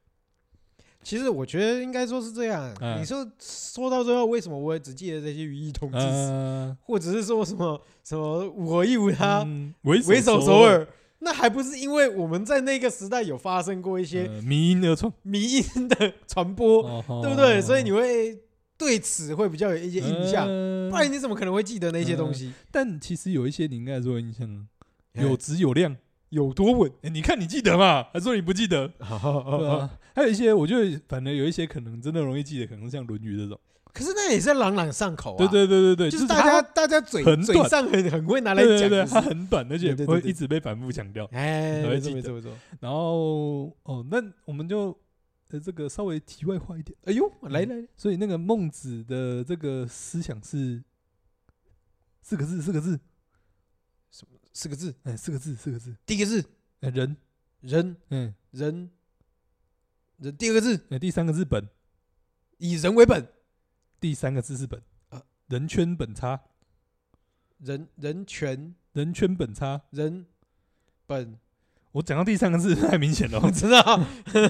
S1: 其实我觉得应该说是这样。
S2: 嗯
S1: 你说说到最后，为什么我只记得这些语义同志，
S2: 嗯，
S1: 或者是说什么什么我亦无他，
S2: 嗯为
S1: 为首首
S2: 首
S1: 尔？那还不是因为我们在那个时代有发生过一些
S2: 呃迷因而创，
S1: 迷因的传播，
S2: 对
S1: 对不对？所以你会对此会比较有一些印象，不然你怎么可能会记得那些东西？
S2: 嗯但其实有一些你应该还是会印象啊，
S1: 哎
S2: 有质有量。
S1: 有多稳？
S2: 哎，你看你记得嘛？还说你不记得？ 对 啊，还有一些，我觉得反正有一些可能真的容易记得，可能像《论语》这种。
S1: 可是那也是朗朗上口啊，
S2: 对对对对对，
S1: 就是
S2: 是
S1: 大家大家嘴
S2: 很
S1: 嘴
S2: 短
S1: 上很很会拿
S2: 它
S1: 来
S2: 对对
S1: 讲
S2: 对，
S1: 的
S2: 它
S1: 是，
S2: 很短，而且
S1: 对对对
S2: 会
S1: 对
S2: 一直被反复强调。
S1: 哎，
S2: 很会
S1: 没错
S2: 记
S1: 没
S2: 得
S1: 错没错。
S2: 然后哦，那我们就呃这个稍微题外话一点。
S1: 哎呦，来来，
S2: 所以那个孟子的这个思想是四个字，四个字，
S1: 四个字，
S2: 哎，四个字，四个字，
S1: 第一个字
S2: 哎，人，
S1: 人
S2: 嗯，
S1: 人人，第二个字
S2: 哎，第三个字本，
S1: 以人为本，
S2: 第三个字是本
S1: 啊，
S2: 人圈本差，
S1: 人人权
S2: 人圈本差。
S1: 人本，
S2: 我讲到第三个字 太明显了
S1: 我
S2: 哦，
S1: 知道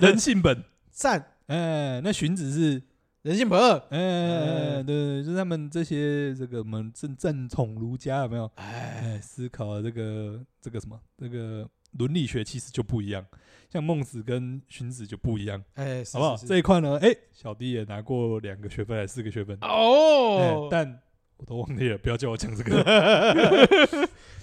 S2: 人性本，
S1: 善
S2: 哎，那荀子是，
S1: 人性本恶，
S2: 哎，对对，就是他们这些这个我们正正统儒家有没有？
S1: 哎，
S2: 哎，思考的这个这个什么这个伦理学其实就不一样，像孟子跟荀子就不一样。
S1: 哎，是
S2: 好不好？
S1: 是是
S2: 这一块呢，哎、小弟也拿过两个学分，还是四个学分，哎
S1: 哦，
S2: 但我都忘记了，不要叫我讲这个。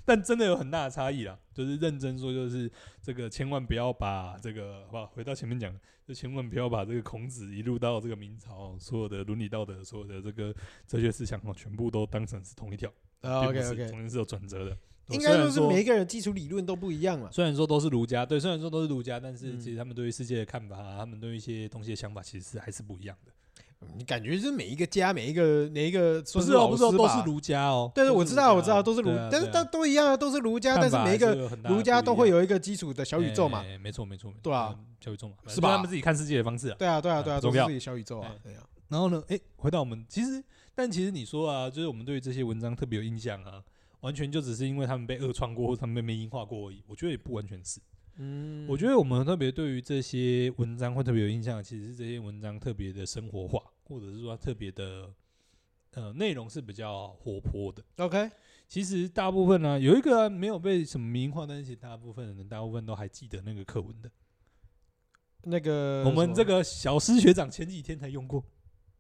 S2: 但真的有很大的差异啦，就是认真说，就是这个千万不要把这个，好不好？回到前面讲的，就千万不要把这个孔子一路到这个明朝所有的伦理道德、所有的这个哲学思想哦，全部都当成是同一 条，并不
S1: OK
S2: 是
S1: OK，
S2: 中间是有转折的。哦
S1: 应该
S2: 虽
S1: 说
S2: 然
S1: 是每一个人基础理论都不一样啊嘛。
S2: 虽然说都是儒家，对，虽然说都是儒家，但是
S1: 嗯
S2: 其实他们对于世界的看法、啊，他们对于一些东西的想法，其实是还是不一样的。
S1: 你感觉就是每一个家，每一个每一个
S2: 不
S1: 不
S2: 是哦，
S1: 老
S2: 不
S1: 师
S2: 是哦，都
S1: 吧
S2: 是。儒家哦。
S1: 对对，
S2: 都是
S1: 我知道，我知道，都是儒
S2: 儒家哦，，
S1: 但是
S2: 对
S1: 都
S2: 啊
S1: 都一样啊，都是儒家，但
S2: 看
S1: 是
S2: 法
S1: 每一
S2: 还
S1: 个
S2: 是有很大的
S1: 儒家
S2: 不一
S1: 都会
S2: 样
S1: 有一个基础的小宇宙嘛
S2: 哎。哎哎没错没错，没错
S1: 对啊，
S2: 嗯小宇宙嘛，
S1: 是
S2: 就是
S1: 吧
S2: 他们自己看世界的方式啊。
S1: 对啊，对啊，对啊，
S2: 很
S1: 都
S2: 重
S1: 是
S2: 要
S1: 自己小宇宙啊
S2: 哎。
S1: 对啊，
S2: 然后呢，哎，回到我们其实，但其实你说啊，就是我们对于这些文章特别有印象啊。完全就只是因为他们被恶创过或他们被没音化过而已。我觉得也不完全是。
S1: 嗯
S2: 我觉得我们特别对于这些文章会特别有印象，其实是这些文章特别的生活化，或者是说它特别的呃内容是比较活泼的。
S1: 得 OK，
S2: 其实大部分呢、有一个啊、没有被什么名化，但是其实大部分人大部分都还记得那个课文的。
S1: 那个
S2: 我们
S1: 什
S2: 这
S1: 么
S2: 个小师学长前几天才用过，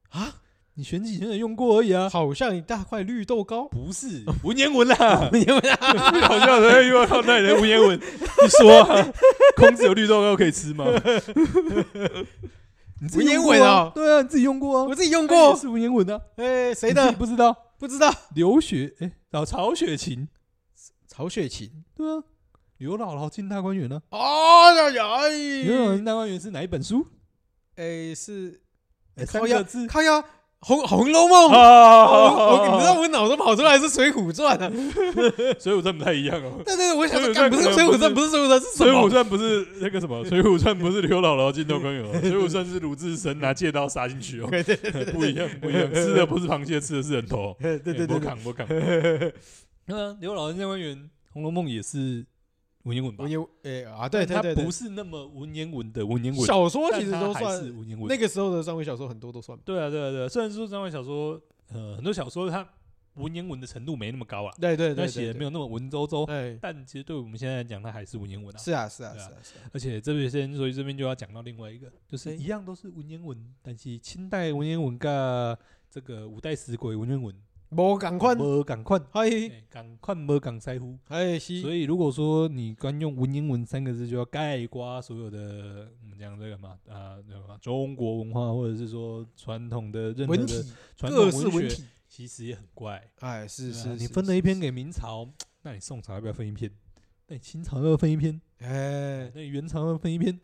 S1: 啊，
S2: 你前几天才用过而已啊，，
S1: 好像一大块绿豆糕
S2: 不是文言文啦，
S1: 你们俩
S2: 好笑的，又要那人文言文， 你说、啊，孔子有绿豆糕可以吃 吗？你自己用过
S1: 文言文啊
S2: 对啊，你自己用过啊，
S1: 我自己用
S2: 它也
S1: 过，
S2: 是文言文啊，
S1: 哎，谁
S2: 你自
S1: 的
S2: 己不知道？
S1: 不知道？
S2: 刘雪，哎、老曹雪芹，
S1: 曹雪芹
S2: 对啊，刘姥姥进大观园呢、
S1: 哦，那
S2: 啊，刘
S1: 哎
S2: 姥姥进大观园是哪一本书？
S1: 哎是
S2: 哎三
S1: 靠
S2: 个
S1: 腰
S2: 字。
S1: 靠腰红红楼梦。我我你知道
S2: 啊！
S1: 我脑中跑出来是《水浒传》啊，
S2: 所以我真不太一样哦。
S1: 但是我想说，
S2: 水浒传
S1: 干不是《
S2: 可能
S1: 水浒传》，不
S2: 不
S1: 是《水浒传》，是什么？
S2: 水浒传不是那个 什么，水浒传不是刘姥姥进豆羹园哦，水浒传是鲁智深拿借刀杀进去哦，不一样不一样，吃的不是螃蟹，吃的是人头。
S1: 对对对
S2: 我
S1: 对，
S2: 扛 我扛。那刘姥姥进大观园，《红楼梦》也是文言文吧
S1: 文？言哎啊，对对
S2: 它
S1: 对对
S2: 不，是那么文言文的文言文，
S1: 小说
S2: 但
S1: 其实
S2: 它
S1: 都
S2: 还
S1: 算
S2: 是文言文。
S1: 那个时候的三维小说很多都算吧。
S2: 对啊对啊对啊，虽然说章回小说，呃，很多小说它文言文的程度没那么高啊，
S1: 对对对
S2: 它
S1: 对，
S2: 写的没
S1: 有。
S2: 有那么文绉绉，
S1: 哎，
S2: 但其实对我们现在来讲，它还是文言文啊。
S1: 是啊是啊
S2: 对啊
S1: 是啊是啊，
S2: 而且这边先，所以这边就要讲到另外一个，就
S1: 哎
S2: 是一样都是文言文，但是清代文言文跟这个五代十国的文言文，
S1: 无赶快，
S2: 无赶快，
S1: 嗨
S2: 哎赶快无赶在乎。
S1: 嗨是，
S2: 所以如果说你光用文言文三个字，就要盖刮所有的我们讲这个嘛，啊、那个嘛中国文化或者是说传统的任何
S1: 文
S2: 的
S1: 体
S2: 传统
S1: 各式
S2: 文
S1: 文
S2: 学，
S1: 体，
S2: 其实也很怪。
S1: 哎是
S2: 对啊
S1: 是，
S2: 你
S1: 是
S2: 分了一篇，给明朝，那你宋朝要不要分一篇？那你清朝要不要分一篇？
S1: 是哎，
S2: 那你元朝要不要分一篇？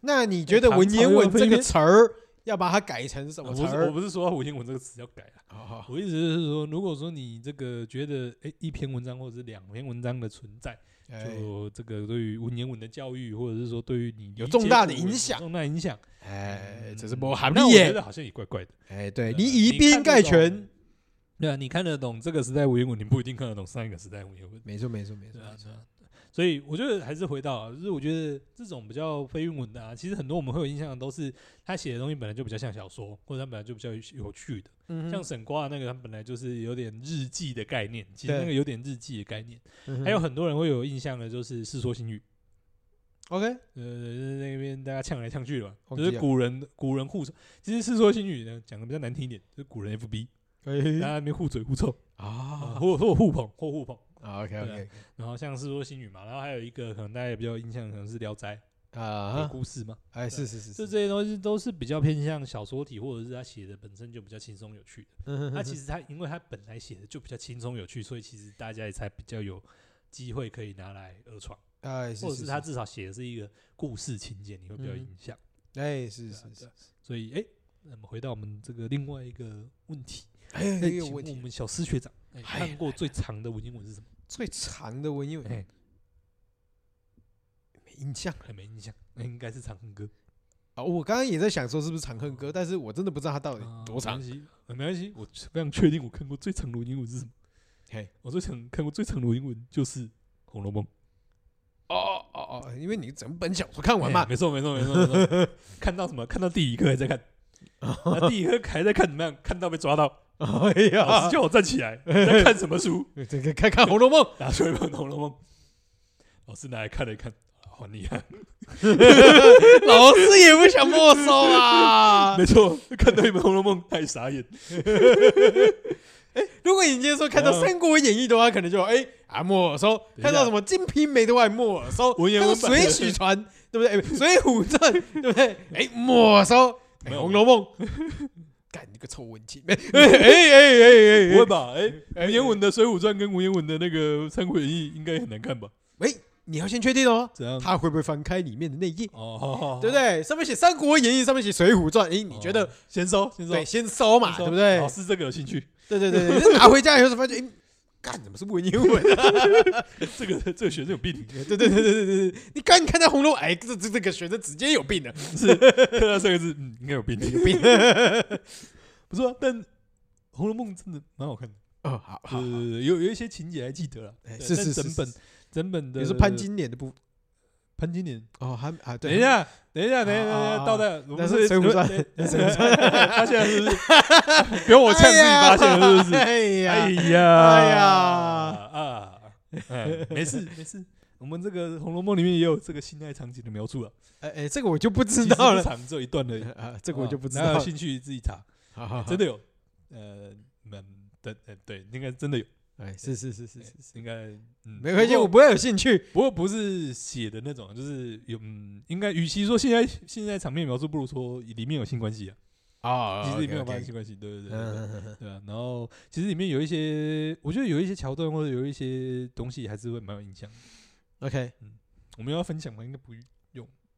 S1: 那你觉得文言文这个词儿要把它改成什么
S2: 我
S1: 词
S2: 不是我
S1: 儿？
S2: 不是说文言文这个词要改啊，
S1: 好好好
S2: 我意思是说，如果说你这个觉得诶、一篇文章或者是两篇文章的存在，
S1: 哎
S2: 就这个对于文言文的教育，或者是说对于你理
S1: 有
S2: 解
S1: 重大的
S2: 古文
S1: 影
S2: 有
S1: 响
S2: 重大影响，
S1: 哎，
S2: 嗯
S1: 这是不含
S2: 那
S1: 义
S2: 我觉
S1: 耶。
S2: 得好像也怪怪的。
S1: 哎，对
S2: 对啊
S1: 你以兵概全，。
S2: 对啊，你看得懂这个时代文言文，你不一定看得懂上一个时代文言文。
S1: 没错没错没错
S2: 对啊
S1: 没，错
S2: 对啊。所以我觉得还是回到、啊，就是我觉得这种比较非韵文的啊，其实很多我们会有印象的都是他写的东西本来就比较像小说，或者他本来就比较有趣的。
S1: 嗯
S2: 像
S1: 哼，
S2: 沈瓜那个，他本来就是有点日记的概念，其实
S1: 对
S2: 那个有点日记的概念。
S1: 嗯哼
S2: 还有很多人会有印象的，就是《世说新语》，
S1: OK，
S2: 呃，就是那边大家呛来呛去的嘛，
S1: 忘
S2: 就
S1: 记
S2: 是
S1: 了
S2: 古人古人互其实《世说新语》呢，讲的比较难听一点，就是古人 FB，大家
S1: 哎
S2: 在那边互嘴互臭，啊
S1: 啊
S2: 或或互捧或互捧。
S1: ，OK
S2: 对
S1: OK
S2: 然后像《世说新语》嘛，然后还有一个可能大家也比较有印象，可能是《聊斋》鬼
S1: 啊，
S2: 故事嘛，
S1: 哎是是是，
S2: 就是这些东西都是比较偏向小说体，或者是他写的本身就比较轻松有趣的。
S1: 嗯哼哼
S2: 那其
S1: 哼
S2: 实他因为他本来写的就比较轻松有趣，所以其实大家也才比较有机会可以拿来二创，
S1: 哎
S2: 或
S1: 是
S2: 者是
S1: 是
S2: 他至少写的是一个故事情节，你会比较有印象。
S1: 哎是
S2: 对啊
S1: 是
S2: 对
S1: 是
S2: 啊，所以哎、那我们回到我们这个另外一个问题，
S1: 哎有
S2: 哎
S1: 一个
S2: 请
S1: 问
S2: 问我
S1: 题，
S2: 们小师学长、哎
S1: 哎
S2: 看过最长的文言文是什么？
S1: 最长的文言文
S2: 哎，
S1: 没印象
S2: 还没印象，那应该是《长恨歌
S1: 啊，我刚刚也在想说是不是《长恨歌》，但是我真的不知道它到》底
S2: 啊
S1: 多长
S2: 没关。系，呃没关系，我非常确定我看过最长的文言文是什么。
S1: 嘿，
S2: 我最长看过最长的文言文就是《红楼梦》。
S1: 哦哦哦，因为你整本小说看完
S2: 哎
S1: 嘛，
S2: 没错，没错，没错，没错。 看到什么？看到地理课还在看，啊那地理课还在看怎么样？看到被 抓到，
S1: 哎
S2: 老
S1: 呀
S2: 师，叫我站起 来，你在看什么书？
S1: 这个看看《红楼梦》，
S2: 拿出一本《红楼梦》，老师拿来看了一看，好厉 害，
S1: 老师也不想没收啊。
S2: 没错，看到一本《红楼梦》太 傻眼，
S1: 如果你今天说看到《三国演义》的话，可能就哎啊没收；
S2: 嗯下
S1: 看到什么《金瓶梅》的话没收，
S2: 文言
S1: 看到
S2: 文
S1: 《
S2: 版
S1: 水浒传》对不对？哎《水浒传》对不对？哎没收，哎
S2: 没
S1: 《
S2: 有
S1: 红楼 梦》干你个臭文青！哎哎哎哎
S2: 不会
S1: 哎
S2: 吧？哎，
S1: 哎，
S2: 文言文的《水浒传》跟文言文的那个《三国演义》应该也很难看吧？
S1: 哎，你要先确定哦，
S2: 怎样？
S1: 他会不会翻开里面的那页？
S2: 哦，
S1: 对不？对？上面写《三国演义》，上面写《水浒传》，哎，你觉得
S2: 先收，先收，
S1: 对，先收嘛，
S2: 哦先收哦
S1: 对不对
S2: 老？师这个有兴趣，
S1: 对对对，对拿回家以后才发现，哎，干怎么是文言文啊？
S2: 这个这个学生有病，
S1: 对对对对对对对，你赶紧看他红楼，哎，这这这个学生直接有病了，
S2: 是看到这个字， 嗯，应该有病。
S1: 有病。
S2: 不错、啊，但《红楼梦》真的蛮好看的。
S1: 哦，好好，
S2: 对对对对有有一些情节还记得了，
S1: 哎
S2: 对
S1: 是
S2: 但
S1: 是是
S2: 整本
S1: 是
S2: 整本的
S1: 也是潘金莲的部
S2: 潘金莲。
S1: 哦，还啊，对，
S2: 等一下，等一下，等一下，
S1: 啊啊
S2: 等一
S1: 啊
S2: 下，到那我
S1: 那
S2: 们
S1: 是水浒传
S2: 对对
S1: 水浒
S2: 他现在是不是 不用我呛自己发现了，是不是？
S1: 哎
S2: 哎
S1: 呀，
S2: 呀，
S1: 哎呀
S2: 啊，哎没事没事，我们这个《红楼梦》里面也有这个性爱场景的描述啊，
S1: 哎哎，这个我就不知
S2: 其实
S1: 道
S2: 不
S1: 了，
S2: 长，只有一段而已，
S1: 啊， 这个我就不知
S2: 大
S1: 道
S2: 家有
S1: 了，
S2: 兴趣自己查，
S1: 好好，
S2: 真
S1: 的，
S2: 的有，呃，嗯，对，呃对，应该真的有，
S1: 哎，是是是是是，是
S2: 应该，嗯，
S1: 没关系，
S2: 不过
S1: 我不会有兴趣，
S2: 不过不是写的那种，就是有，嗯，应该，与其说现在现在场面描述，不如说里面有性关系啊，
S1: 哦
S2: 其实里面有发
S1: 关
S2: 生
S1: 系，
S2: 性关系，对对对对对。
S1: 嗯，
S2: 对啊，然后其实里面有一些，我觉得有一些桥段或者有一些东西还是会蛮有印象的。
S1: OK，
S2: 我们要分享吗？应该不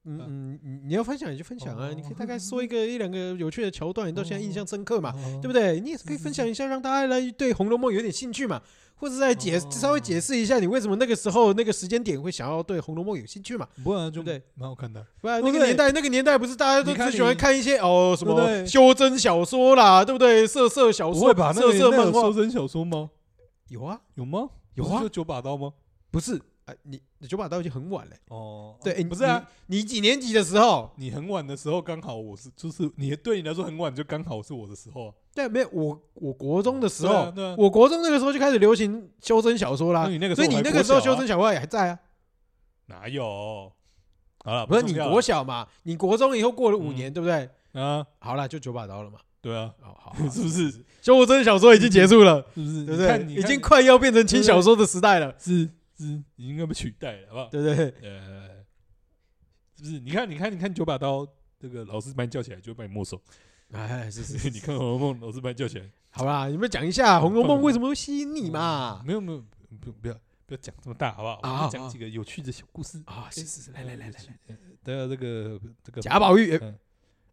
S1: 嗯嗯，你你要分享你就分享啊，
S2: 哦
S1: 你可以 大概说一个一两个有趣的桥段，你到现在印象深刻嘛，
S2: 对
S1: 对不对？你也是可以分享一下，让大家来对《红楼梦》有点兴趣嘛，或者再解
S2: 哦
S1: 稍微解释一下你为什么那个时候那个时间点会想要对《红楼梦》有兴趣嘛？
S2: 对？不然
S1: 对
S2: 就
S1: 不对
S2: 蛮好看的。
S1: 不然
S2: 对
S1: 那
S2: 不
S1: 个年
S2: 对
S1: 代，那个年代不是大家都
S2: 你看
S1: 只喜欢
S2: 你
S1: 看一些哦什
S2: 对不
S1: 么
S2: 对
S1: 修真小说啦，对不对？色色小
S2: 不
S1: 说，
S2: 会吧？那
S1: 色
S2: 个
S1: 色
S2: 那
S1: 漫
S2: 有
S1: 画
S2: 修真小说吗？
S1: 有啊，
S2: 有吗？
S1: 有啊
S2: 不是就九把刀吗？
S1: 不是啊，你你九把刀已经很晚了。
S2: 哦，
S1: 对，哎
S2: 不是啊。
S1: 你，你几年级的时候？
S2: 你很晚的时候，刚好我是，就是你对你来说很晚，就刚好是我的时候啊。
S1: 对，没有我，我国中的时
S2: 对啊
S1: 候，
S2: 对啊
S1: 我国中那个时候就开始流行修真小说啦
S2: 那。你那个时
S1: 所
S2: 候
S1: 以你
S2: 还
S1: 哦那
S2: 国
S1: 个时候
S2: 小
S1: 修
S2: 啊
S1: 真小说也还在啊，
S2: 哪有？好了，嗯
S1: 不是
S2: 啊重
S1: 你
S2: 要
S1: 国小嘛？你国中以后过了五年，对不对？
S2: 了啊？
S1: 好啦，就九把刀了嘛。
S2: 对啊，
S1: 哦， 好，
S2: 是不是？是
S1: 修真小说已经结束了，
S2: 不是？
S1: 对不
S2: 你看
S1: 对？
S2: 你
S1: 已
S2: 看
S1: 经快要变成轻小说的时代了，
S2: 是是，已经该被取代了，好不好？
S1: 对不 对？
S2: 呃，是不是？你看，你看，你看，九把刀，这个老师把你叫起来，就会把你 没收。
S1: 哎，是 是，
S2: 你看《红楼梦》，老师把你叫起来，
S1: 好啦，你们讲一下《红楼梦》为什么会吸引你嘛？
S2: 没有没有，不不要不要讲这么大，好不好？我
S1: 啊
S2: 们讲几个有趣的小故事。
S1: 啊，是是是，来来来来来，
S2: 呃，等下这个这个，
S1: 贾宝玉，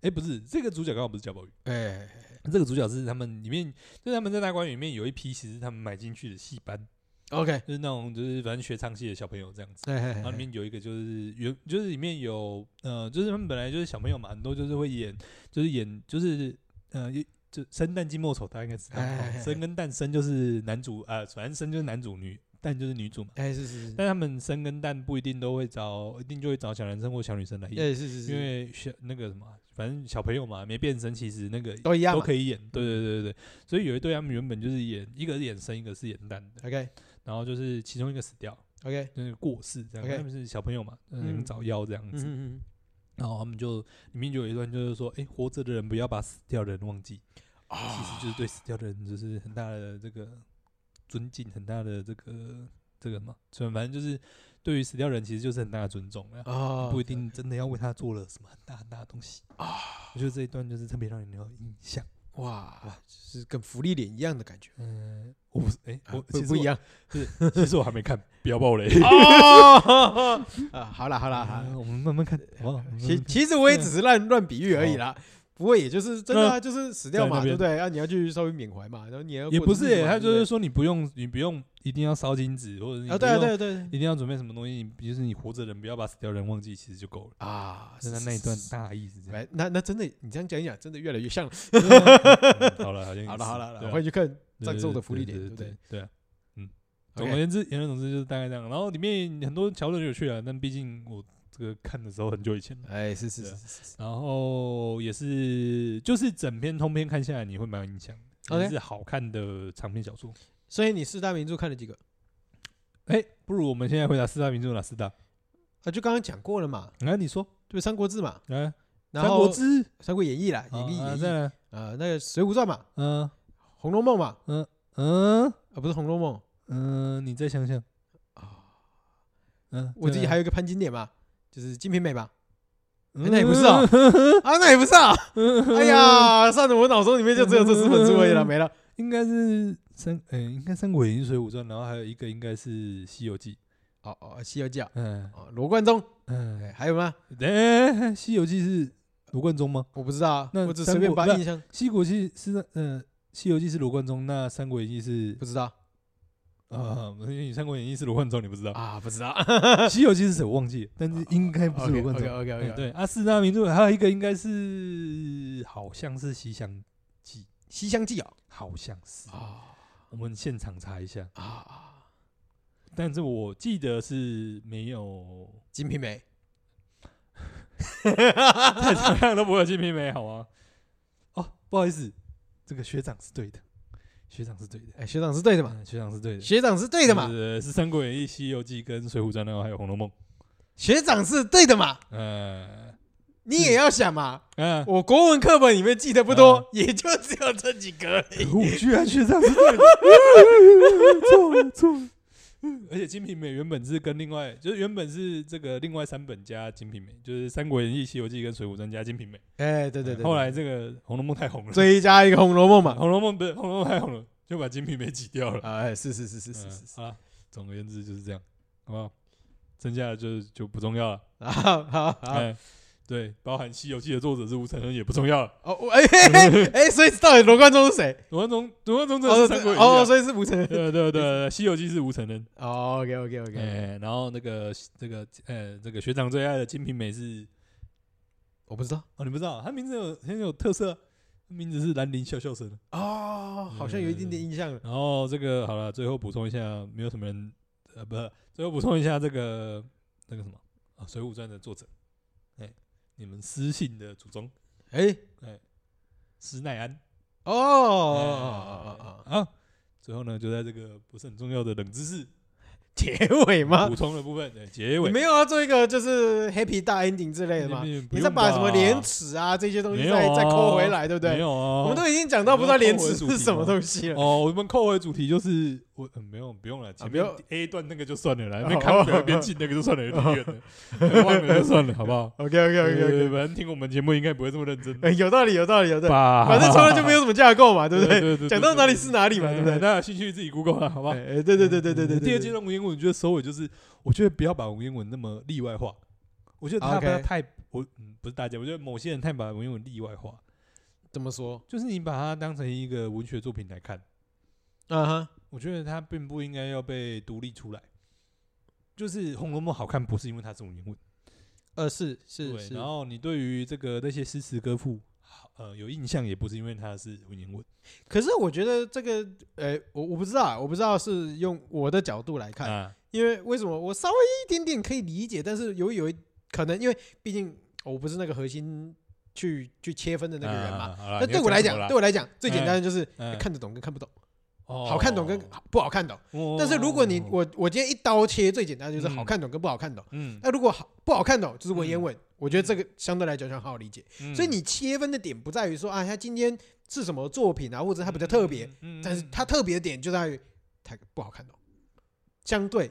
S2: 哎，不是这个主角，刚好不是贾宝玉，
S1: 哎，
S2: 这个主角是他们里面，就是他们在大观园里面有一批，其实他们买进去的戏班，
S1: OK，
S2: 就是那种就是反正学唱戏的小朋友这样子。
S1: 哎哎
S2: 然后里
S1: 哎
S2: 面有一个就是原就是里面有呃，就是他们本来就是小朋友嘛，很多就是会演，就是演就是呃，一就生旦净末丑，大家应该知道
S1: 哎哎
S2: 哦
S1: 哎。哎
S2: 生跟旦，生就是男主啊，反正生就是男主，女旦就是女主嘛。
S1: 哎，是是是，
S2: 但他们生跟旦不一定都会找，一定就会找小男生或小女生来演，
S1: 哎是是
S2: 因
S1: 是，
S2: 为小那个什么，啊反正小朋友嘛，没变声，其实那个
S1: 都一样啊嗯
S2: 都
S1: 嘛
S2: 可以演。对对对对对，所以有一对他们原本就是演，一个是演生，一个是演旦的，
S1: ，OK
S2: 然后就是其中一个死掉，
S1: OK，
S2: 就是过世这样，
S1: OK
S2: 他们是小朋友嘛，
S1: 嗯
S2: 嗯，找药这样
S1: 嗯
S2: 子，
S1: 嗯嗯，
S2: 然后他们就里面就有一段就是说，哎、活着的人不要把死掉的人忘记，其
S1: 啊
S2: 实就是对死掉的人就是很大的这个尊敬，很大的这个这个嘛，所以反正就是对于死掉的人其实就是很大的尊重啊，
S1: 啊，
S2: 不一定真的要为他做了什么很大很大的东西啊。我觉得这一段就是特别让人有印象，
S1: 哇，就是跟福利脸一样的感觉，
S2: 嗯、我不是，哎、
S1: 啊
S2: 我
S1: 不
S2: 其实
S1: 不一样
S2: 我，其实我还没看，不要爆雷。
S1: 哦， 啊，好啦好 啦好啦
S2: 嗯，我嗯们慢慢看，好不好？
S1: 其
S2: 其
S1: 其实我也只是乱乱比喻而已啦。不过也就是真的、啊，就是死掉
S2: 在
S1: 嘛，
S2: 啊那
S1: 对
S2: 边
S1: 不对？啊，你要去稍微缅怀嘛，然后你要
S2: 也
S1: 过
S2: 不
S1: 日
S2: 是、
S1: 子
S2: 欸，
S1: 嘛
S2: 他
S1: 对
S2: 就
S1: 不
S2: 是说你不用，你不用一定要烧金纸，或者你
S1: 对啊，
S2: 不
S1: 对啊，
S2: 用
S1: 对啊对啊
S2: 一定要准备什么东西，你就是你活着的人不要把死掉的人忘记，其实就够了。
S1: 啊，
S2: 就是是
S1: 是
S2: 那一段
S1: 是
S2: 大意是这样。
S1: 来，那那真的，你这样讲一讲，真的越来越像了。
S2: 嗯好了，好像也
S1: 好了
S2: 是
S1: 好了好了，
S2: 对啊
S1: 回去看
S2: 对
S1: 赞
S2: 对
S1: 颂的
S2: 对
S1: 福利点，
S2: 对
S1: 对不对
S2: 对？？对啊，总而
S1: OK，
S2: 言之，言而总之就是大概这样。然后里面很多桥段很有趣啊，但毕竟我这个看的时候很久以前了。
S1: 哎，是是是
S2: 对啊
S1: 是是是
S2: 然后也是，就是整篇通篇看下来，你会蛮有印象的，
S1: OK
S2: 也是好看的长篇小说。
S1: 所以你四大名著看了几个？
S2: 哎，不如我们现在回答四大名著哪四大？
S1: 啊，就刚刚讲过了嘛，
S2: 来，你说，
S1: 对，《三国志》嘛，
S2: 来，《
S1: 然
S2: 三
S1: 后
S2: 国
S1: 《
S2: 志》
S1: 三国演义》啦，演义
S2: 啊，
S1: 演
S2: 再
S1: 义，
S2: 来，
S1: 呃，那个《水浒传》嘛，
S2: 嗯
S1: 《红楼梦》嘛，
S2: 嗯嗯
S1: 啊，不是《红楼梦》，
S2: 嗯，你再想想
S1: 啊。
S2: 嗯，
S1: 我自己
S2: 再来
S1: 还有一个潘金莲嘛，就是《金瓶梅》嘛。
S2: 嗯
S1: 那也不是哦啊，那也不是啊。哎呀，算了，我脑中里面就只有这四本书而已 了，没了。
S2: 应该是三，嗯、应该《三国演义》《水浒传》，然后还有一个应该是《西游记》
S1: 哦哦，《西游记》啊，
S2: 嗯。
S1: 哦罗贯中，
S2: 嗯
S1: 哎，还有吗？
S2: 哎，哎《西游记》是罗贯中吗？
S1: 我不知道啊，
S2: 那
S1: 我只
S2: 三
S1: 随便
S2: 国
S1: 把
S2: 那
S1: 印象
S2: 《西国记》是嗯，《西游记》是罗贯中，那《三国演义》是
S1: 不知道
S2: 啊，因为《三国演义》是罗贯中，你不知道，
S1: 啊，不知 道。
S2: 《西游记》是谁我忘记了，但是应该哎不是罗贯中。
S1: OK
S2: 嗯
S1: OK，
S2: 对，啊，四大名著还有一个应该是好像是《西厢记
S1: 《西厢记》》，
S2: 好像是。
S1: 啊，
S2: 我们现场查一下。
S1: 啊，
S2: 但是我记得是没有，
S1: 《金瓶梅》
S2: 太漂亮都不会有金啊瓶梅，好吗？哦，不好意思，这个学长是对的，学长是对的，
S1: 哎，学长是对的嘛？
S2: 嗯学长是对的，
S1: 学长是对的嘛？
S2: 对对对是《三国演义》《西游记》跟《水浒传》，然后还有《红楼梦》。
S1: 学长是对的嘛？
S2: 呃，
S1: 你也要想 嘛，
S2: 嗯、
S1: 我国文课本里面记得不多
S2: 啊，
S1: 也就只有这几个而已。
S2: 哎我居然学长是对的，错了错 哎了。而且《金瓶梅》原本是跟另外，就是原本是这个另外三本加《金瓶梅》，就是《三国演义》《西游记》跟《水浒传》加《金瓶梅》。
S1: 哎，对对对，
S2: 后来这个《红楼梦》太红了，
S1: 追加一个《红楼梦》
S2: 《
S1: 嘛。
S2: 红楼梦》不是《红楼梦》太红了，就把《金瓶梅》挤掉了。
S1: 哎，是是是是是
S2: 嗯
S1: 是是。
S2: 好了，总而言之就是这样，好不好？剩下的就就不重要了。
S1: 啊，好好好。
S2: 哎，对，包含《西游记》的作者是吴承恩也不重要了。
S1: 哦，我哎嘿嘿哎，所以到底罗贯中是谁？
S2: 罗贯中，罗贯中真的
S1: 哦
S2: 是三国演义啊
S1: 哦，所以是吴承恩。
S2: 对对对对，《西游记》是吴承恩。
S1: 哦，OK OK OK，
S2: 哎，然后那个这个呃，这个学长最爱的《金瓶梅》是
S1: 我不知道。
S2: 哦，你不知道，他名字有很有特色啊，名字是兰陵笑笑生。
S1: 哦，好像有一点点印象了。
S2: 然后这个好了，最后补充一下，没有什么人呃，不是，最后补充一下这个那个什么啊，《水浒传》的作者，哎，你们私信的祖宗
S1: 哎，
S2: 施耐庵。
S1: 哦哦哦哦哦，
S2: 啊！最后呢，就在这个不是很重要的冷知识
S1: 结尾吗
S2: 补？充的部分，对结
S1: 你
S2: 尾
S1: 没有要做一个就是 happy 大 ending 之类的吗？
S2: 你
S1: 你再把什么廉耻啊这些东西
S2: 没有
S1: 再
S2: 啊
S1: 再抠回来，对不
S2: 没
S1: 对？
S2: 有啊，
S1: 我们都已经讲到不知道廉耻
S2: 我们
S1: 是
S2: 要
S1: 什
S2: 扣回主题吗
S1: 么东西了。
S2: 哦，我们扣回主题就是我、嗯没有不用了，前面
S1: 不用
S2: A 段那个就算了啦，
S1: 哦
S2: 那边看表边进那个就算了，有点远了，忘了就算了，好不好？
S1: OK OK
S2: 对
S1: OK
S2: 对对
S1: OK，
S2: 反正听我们节目应该不会这么认真
S1: 有道理有道理有道理，
S2: 吧？
S1: 反正从来就没有什么架构嘛，对不
S2: 对
S1: 对？
S2: 对对，
S1: 讲到哪里是哪里嘛，对不对？
S2: 大家有兴趣自己 Google 了，好不好？
S1: 哎，哎对对对对对对对。
S2: 第二阶
S1: 段
S2: 段文言文，我觉得首尾就是，我觉得不要把文言文那么例外化。我觉得大
S1: OK
S2: 家太我嗯不是大家，我觉得某些人太把文言文例外化，
S1: 怎么说？
S2: 就是你把它当成一个文学作品来看，嗯
S1: 啊哈，
S2: 我觉得它并不应该要被独立出来。就是《红楼梦》好看，不是因为它是文言文，
S1: 呃，是是
S2: 对。
S1: 是，
S2: 然后你对于这个那些诗词歌赋，呃，有印象也不是因为它是文言文
S1: 可是我觉得这个，呃，我我不知道啊，我不知道是用我的角度来看，
S2: 啊。
S1: 因为为什么我稍微一点点可以理解，但是有有一可能，因为毕竟哦我不是那个核心去去切分的那个人嘛。
S2: 嘛
S1: 那对我来讲，对我来讲最简单的就是
S2: 嗯哦
S1: 看得懂跟看不懂，
S2: 好
S1: 好看懂跟不好看懂。
S2: 哦
S1: 但是如果你我我今天一刀切，最简单的就是
S2: 嗯
S1: 好看懂跟不好看懂。
S2: 嗯，
S1: 那如果好不好看懂，就是文言文，我觉得这个相对来讲很好理解。
S2: 嗯
S1: 所以你切分的点不在于说啊，他今天是什么作品啊，或者他比较特别，，
S2: 嗯
S1: 但是它特别的点就在于它不好看懂，相对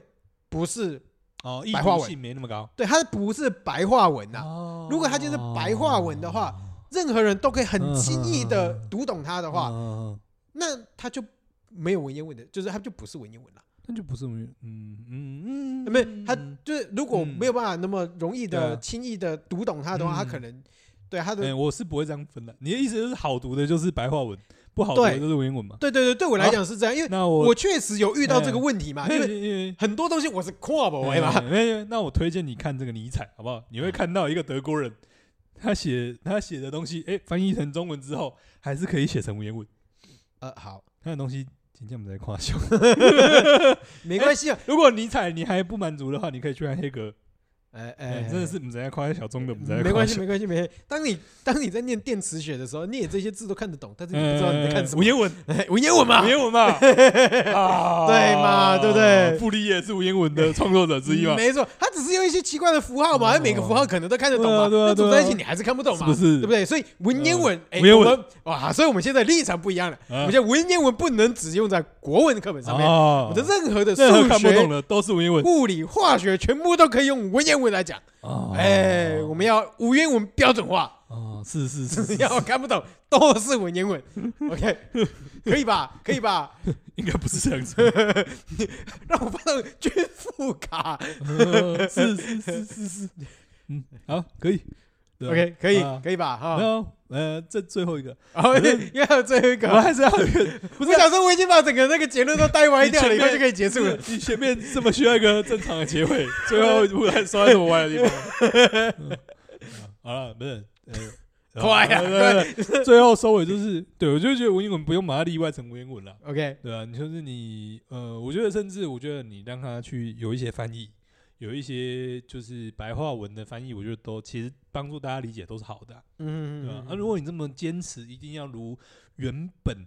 S1: 不是
S2: 哦，易
S1: 白话
S2: 读
S1: 文
S2: 性没那么高。
S1: 对，它不是白话文呐、
S2: 哦
S1: 如果它就是白话文的话，任何人都可以很轻易的读懂它的
S2: 的
S1: 话，
S2: 话，
S1: 那它就没有文言文的，就是它就不是文言文了。
S2: 那就不是文，嗯嗯嗯，
S1: 没有它
S2: 嗯
S1: 就是如果没有办法那么容易
S2: 对
S1: 的、
S2: 啊
S1: 轻易的读懂它的话，它
S2: 嗯
S1: 可能对它的
S2: 哎，我是不会这样分的。你的意思就是好读的就是白话文，不好读
S1: 对
S2: 的就是文言文嘛？
S1: 对对对，对
S2: 啊
S1: 我来讲是这样，因为
S2: 那
S1: 我
S2: 我
S1: 确实有遇到这个问题嘛，因为
S2: 为
S1: 很多东西我是跨不嗯
S2: 我
S1: 为嘛。
S2: 那我推荐你看这个尼采，好不好？你会看到一个德国人，他写他写的东西，哎，翻译成中文之后，还是可以写成文言文。
S1: 呃，好，
S2: 他的东西，今天我们在夸笑。
S1: 没关系啊，
S2: 如果尼采你还不满足的话，你可以去看黑格尔。
S1: 哎
S2: 哎，嗯
S1: 哎，
S2: 真的是我们在夸小中的，我们在
S1: 没关系，
S2: 夸小，
S1: 没关系，没关系。当你当你在念电磁学的时候，你也这些字都看得懂，但是你不知道你在看什么
S2: 呃 文。言文，
S1: 哎 文言文嘛
S2: 文，言文嘛，啊
S1: 对嘛对不对
S2: 傅立叶是文言文的创作者之一嘛，
S1: 嗯没错，它只是用一些奇怪的符号嘛，
S2: 哦
S1: 它每个符号可能都看得懂嘛，
S2: 对啊对啊
S1: 那组
S2: 对啊
S1: 在一起你还是看不懂
S2: 是
S1: 嘛，
S2: 不是？嗯
S1: 对不对？所以文言文，哎，
S2: 文言文
S1: 我们哇，所以我们现在立场不一样了。我
S2: 啊？
S1: 们现在文言文不能只用在国文课本上面，
S2: 啊
S1: 我的任 何的
S2: 任何
S1: 数
S2: 看不懂
S1: 学、
S2: 的都是文言文。
S1: 物理、化学全部都可以用文言文来讲。
S2: 哦
S1: 哎，我们要无言文标准化。
S2: 哦，是是是
S1: 只
S2: 是，
S1: 要看不懂都是文言文，OK，可以吧？可以吧？
S2: 应该不是这样子。
S1: 让我发到军副卡
S2: 呃是是是是是，嗯，好，可以。对啊
S1: ，OK，可以
S2: 啊，
S1: 可以吧？
S2: 没
S1: 哈，
S2: 有，呃，这最后一个，
S1: 然后因为还有最后一
S2: 我
S1: 个，
S2: 还是要有一个
S1: 不是想说我已经把整个那个结论都带歪掉了，
S2: 你前面
S1: 以后就可以结束
S2: 是
S1: 了。
S2: 你前面这么需要一个正常的结尾，最后突然说在什么歪的地方？嗯啊好了，不是，呃，
S1: 快啊
S2: 对对对最后收尾就是，对我就觉得文言文不用把它例外成文言文了，
S1: OK，
S2: 对啊，你就是你，呃，我觉得甚至我觉得你让他去有一些翻译，有一些就是白话文的翻译，我觉得都其实帮助大家理解都是好的啊、
S1: 嗯
S2: 对吧、啊？那、如果你这么坚持一定要如原本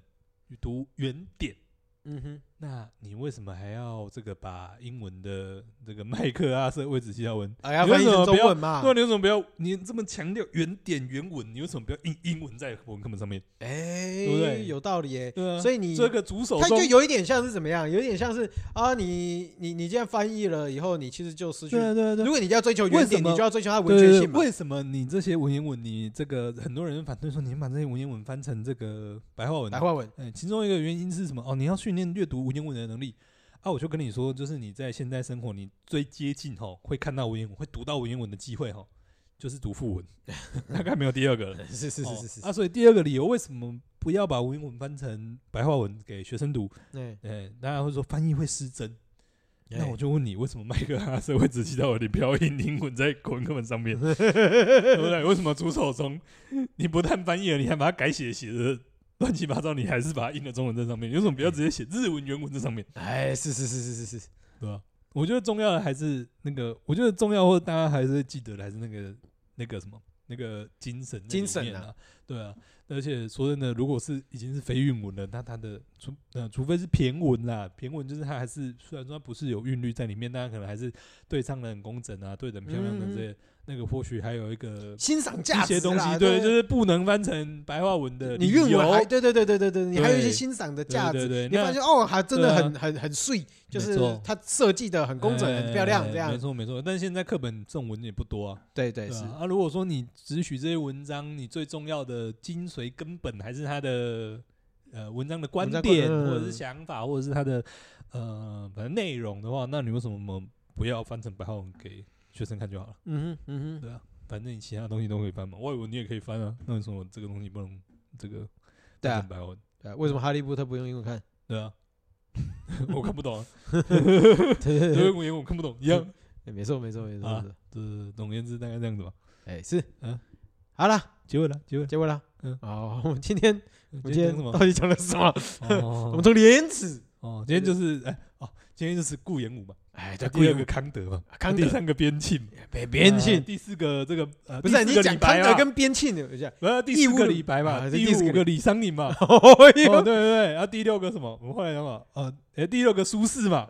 S2: 读原点，啊
S1: 嗯哼，
S2: 那你为什么还要这个把英文的这个麦克阿瑟、魏子希亚文？
S1: 哎呀，
S2: 你为
S1: 翻译
S2: 什
S1: 成
S2: 么
S1: 中
S2: 不要
S1: 文嘛
S2: 对、啊，，你为什么不要你这么强调原点原文？你为什么不要印英文在文课本上面？
S1: 哎，
S2: 对不对
S1: 有道理耶。
S2: 对啊，
S1: 所以你
S2: 这个主手
S1: 它就
S2: 中
S1: 有一点像是怎么样？有一点像是啊，你你你这样翻译了以后，你其实就失去。
S2: 对啊对啊对啊
S1: 如果你要追求
S2: 为
S1: 原
S2: 什
S1: 点，你
S2: 么
S1: 就要追求它的文
S2: 对
S1: 学
S2: 对
S1: 性嘛。
S2: 为什么你这些文言文，你这个很多人反对说你把这些文言文翻成这个白话文？
S1: 白话文，
S2: 嗯，其中一个原因是什么？哦，你要训练阅读文言文的能力啊！我就跟你说，就是你在现代生活，你最接近哈会看到文言文、会读到文言文的机会哈，就是读 副文，大概没有第二个了。
S1: 是是是
S2: 哦
S1: 是是，
S2: 啊，所以第二个理由为什么不要把文言文翻成白话文给学生读？
S1: 哎，
S2: 呃，大家会说翻译会失真。那
S1: 哎
S2: 我就问你，为什么麦克阿瑟会只记到有点飘逸灵魂在滚课本上面，对不对？为什么主手中你不但翻译了，你还把它改写写的乱七八糟，你还是把它印在中文在上面？你为什么不要直接写日文原文在上面？
S1: 哎，是是是是是是，
S2: 对吧？我觉得重要的还是那个，我觉得重要或大家还是记得的还是那个那个什么那个精神在里
S1: 精神
S2: 面
S1: 啊
S2: 啊，对啊。而且说真的，如果是已经是非韵文了，那它的除呃，除非是骈文啦，骈文就是它还是虽然说它不是有韵律在里面，但它可能还是对唱的很工整啊，对的很漂亮的
S1: 嗯
S2: 这些，那个或许还有一个
S1: 欣赏 价
S2: 一
S1: 值
S2: 些东
S1: 啦
S2: 西，
S1: 对，
S2: 对，就是不能翻成白话文的
S1: 你
S2: 理
S1: 韵文
S2: 由
S1: 还，对对对对对对，你还有一些
S2: 对
S1: 欣赏的
S2: 对
S1: 价值
S2: 对，对，
S1: 你
S2: 那
S1: 发现哦，还真的
S2: 对啊
S1: 很很很碎，就
S2: 没
S1: 是
S2: 错
S1: 它设计的很工整、很漂亮，这
S2: 哎没
S1: 样。
S2: 错没错。但现在课本这种文也不多啊，
S1: 对对
S2: 对
S1: 是，
S2: 啊。啊，如果说你只取这些文章，你最重要的精髓根本还是他的呃文章的观
S1: 文章观
S2: 点，
S1: 嗯
S2: 或者是想法，或者是他的呃反正内容的话，那你为什么嗯不要翻成白话文给学生看就好了？
S1: 嗯哼嗯哼，
S2: 对啊，反正你其他东西都可以翻嘛，外文你也可以翻啊。那为什么这个东西不能这个
S1: 对
S2: 翻
S1: 啊
S2: 成，白话文？
S1: 对啊为什么哈利波特不用英文 看？
S2: 对啊。我看不懂、啊，
S1: 对 对
S2: 因
S1: 对
S2: 为文言我看不懂一样。
S1: 哎没错没错没错
S2: 啊
S1: 没错，
S2: 呃，总而言之，大概这样子吧。
S1: 哎是
S2: 嗯，
S1: 好了，
S2: 结尾了，结尾了。
S1: 结尾了。
S2: 嗯
S1: 好，我们今天我
S2: 我
S1: 们今天
S2: 什么
S1: 到？底讲了什么？我
S2: 哦
S1: 们从廉耻，
S2: 哦，今天就是哎哦，今天就是顾炎武嘛，
S1: 哎，
S2: 那
S1: 对，
S2: 第二个康德嘛，
S1: 康
S2: 第
S1: 德、
S2: 三个边沁嘛，
S1: 北边
S2: 啊
S1: 沁，
S2: 第四个这个呃，
S1: 不是
S2: 第
S1: 你
S2: 四个
S1: 讲
S2: 李
S1: 康
S2: 白
S1: 德
S2: 嘛
S1: 跟边沁有一下。
S2: 呃第
S1: 义
S2: 四
S1: 乌
S2: 个
S1: 鲁
S2: 李白
S1: 啊
S2: 嘛，
S1: 这
S2: 第
S1: 第四个
S2: 五个李商隐嘛，哦
S1: 哦
S2: 对对
S1: 哟，
S2: 对，然后第六个什么？我们后来讲嘛，呃，哎第六个苏轼嘛，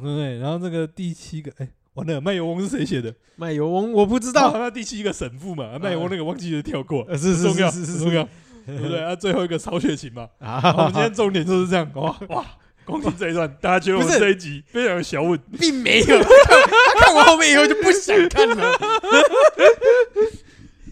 S1: 啊，
S2: 对对，然后这个第七个哎。完了，卖油翁是谁写的？
S1: 卖油翁我不知
S2: 知道
S1: 道，
S2: 他第七个神父嘛？啊卖油翁那个忘记了跳过，
S1: 呃是
S2: 哦不
S1: 是
S2: 重要，
S1: 是是
S2: 不
S1: 是
S2: 重
S1: 是
S2: 要，对不对？啊，最后一个曹雪芹嘛，
S1: 啊，
S2: 好我们今天重点就是这样，哇哇，光听这一段，大家觉得我
S1: 不
S2: 们
S1: 是
S2: 这一集非常有小稳，
S1: 并没有。他看完后面以后就不想看了。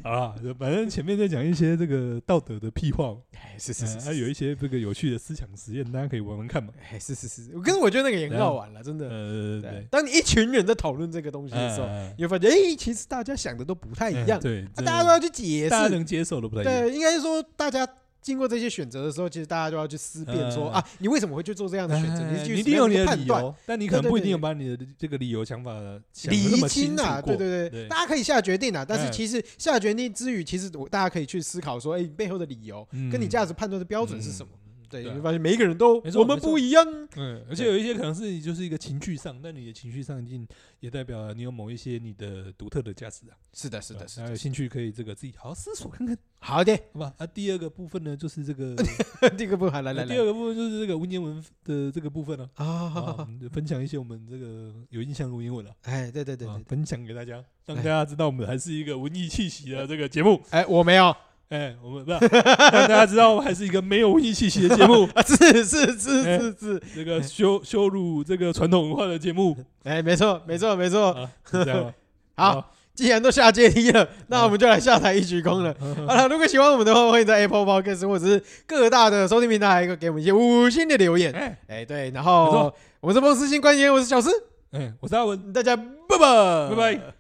S2: 啊，反正前面在讲一些这个道德的屁话嘛，
S1: 哎，是
S2: 还、
S1: 是是
S2: 啊、
S1: 是，
S2: 有一些这个有趣的思想实验，大家可以玩玩看嘛。
S1: 哎，是是是，可是我觉得那个也很好玩了，真的。
S2: 呃，对
S1: 对啊
S2: 对，
S1: 当你一群人在讨论这个东西
S2: 哎
S1: 的时候，
S2: 哎
S1: 你会发现，哎，其实大家想的都不太
S2: 哎
S1: 一样，
S2: 对，
S1: 啊
S2: 真的
S1: 大家都要去解
S2: 大家
S1: 释。
S2: 能接受的不太一样。
S1: 对，应该说大家。经过这些选择的时候，其实大家就要去思辨说
S2: 哎
S1: 啊，你为什么会去做这样的选择？
S2: 哎
S1: 是去
S2: 你一
S1: 怎
S2: 定有
S1: 么
S2: 你
S1: 样
S2: 的
S1: 判
S2: 理
S1: 断、
S2: 由，啊但你可能
S1: 对对
S2: 不一定
S1: 对
S2: 有把你的这个理由想法想得那
S1: 厘
S2: 么清
S1: 清
S2: 楚
S1: 啊？
S2: 过
S1: 对对对，
S2: 对
S1: 大家可以下决定啊，但是
S2: 哎
S1: 其实下决定之余，其实我大家可以去思考说，哎，背后的理由跟你
S2: 嗯
S1: 价值判断的标准是什么？？对，
S2: 对
S1: 你
S2: 啊
S1: 会发现每一个人都
S2: 没错
S1: 我们
S2: 没错
S1: 不一样。
S2: 嗯，而且
S1: 对
S2: 有一些可能是你就是一个情绪上，但你的情绪上一定也代表了你有某一些你的独特的价值啊。
S1: 是的，是
S2: 对
S1: 的，
S2: 吧
S1: 是
S2: 大家
S1: 的
S2: 有。兴趣可以这个自己好好思索看看，
S1: 哎好的，
S2: 好吧？啊，第二个部分呢，就是这个
S1: 这个不好，来来
S2: 那第
S1: 来
S2: 二，个部分就是这个文言文的这个 部分了、啊。啊，我
S1: 啊，
S2: 们就分享一些我们这个有印象的文言文了、
S1: 哎，对对对
S2: 啊
S1: 对，，
S2: 分享给大家，让
S1: 哎
S2: 大家知道我们还是一个文艺气息的这个节目。
S1: 哎，我没有，
S2: 哎，我们不让大家知道我们还是一个没有文艺气息的节 目，
S1: 啊是是是
S2: 哎
S1: 是是，
S2: 这个羞羞辱这个传统文化的 节目
S1: 哎，没错没错没错。
S2: 啊，是这样吗？
S1: 好，既然都下阶梯 了，那我们就来下台一鞠躬了。
S2: 哦
S1: 好了，如果喜欢我们的话，欢迎在 Apple Podcast 或者是各大的收听平台给我们一些五星的留言。
S2: 哎
S1: 哎，对，然
S2: 没
S1: 后
S2: 错
S1: 我们是风湿性关节炎，我是小诗，
S2: 哎，我是阿文，
S1: 大家拜拜，
S2: 拜拜。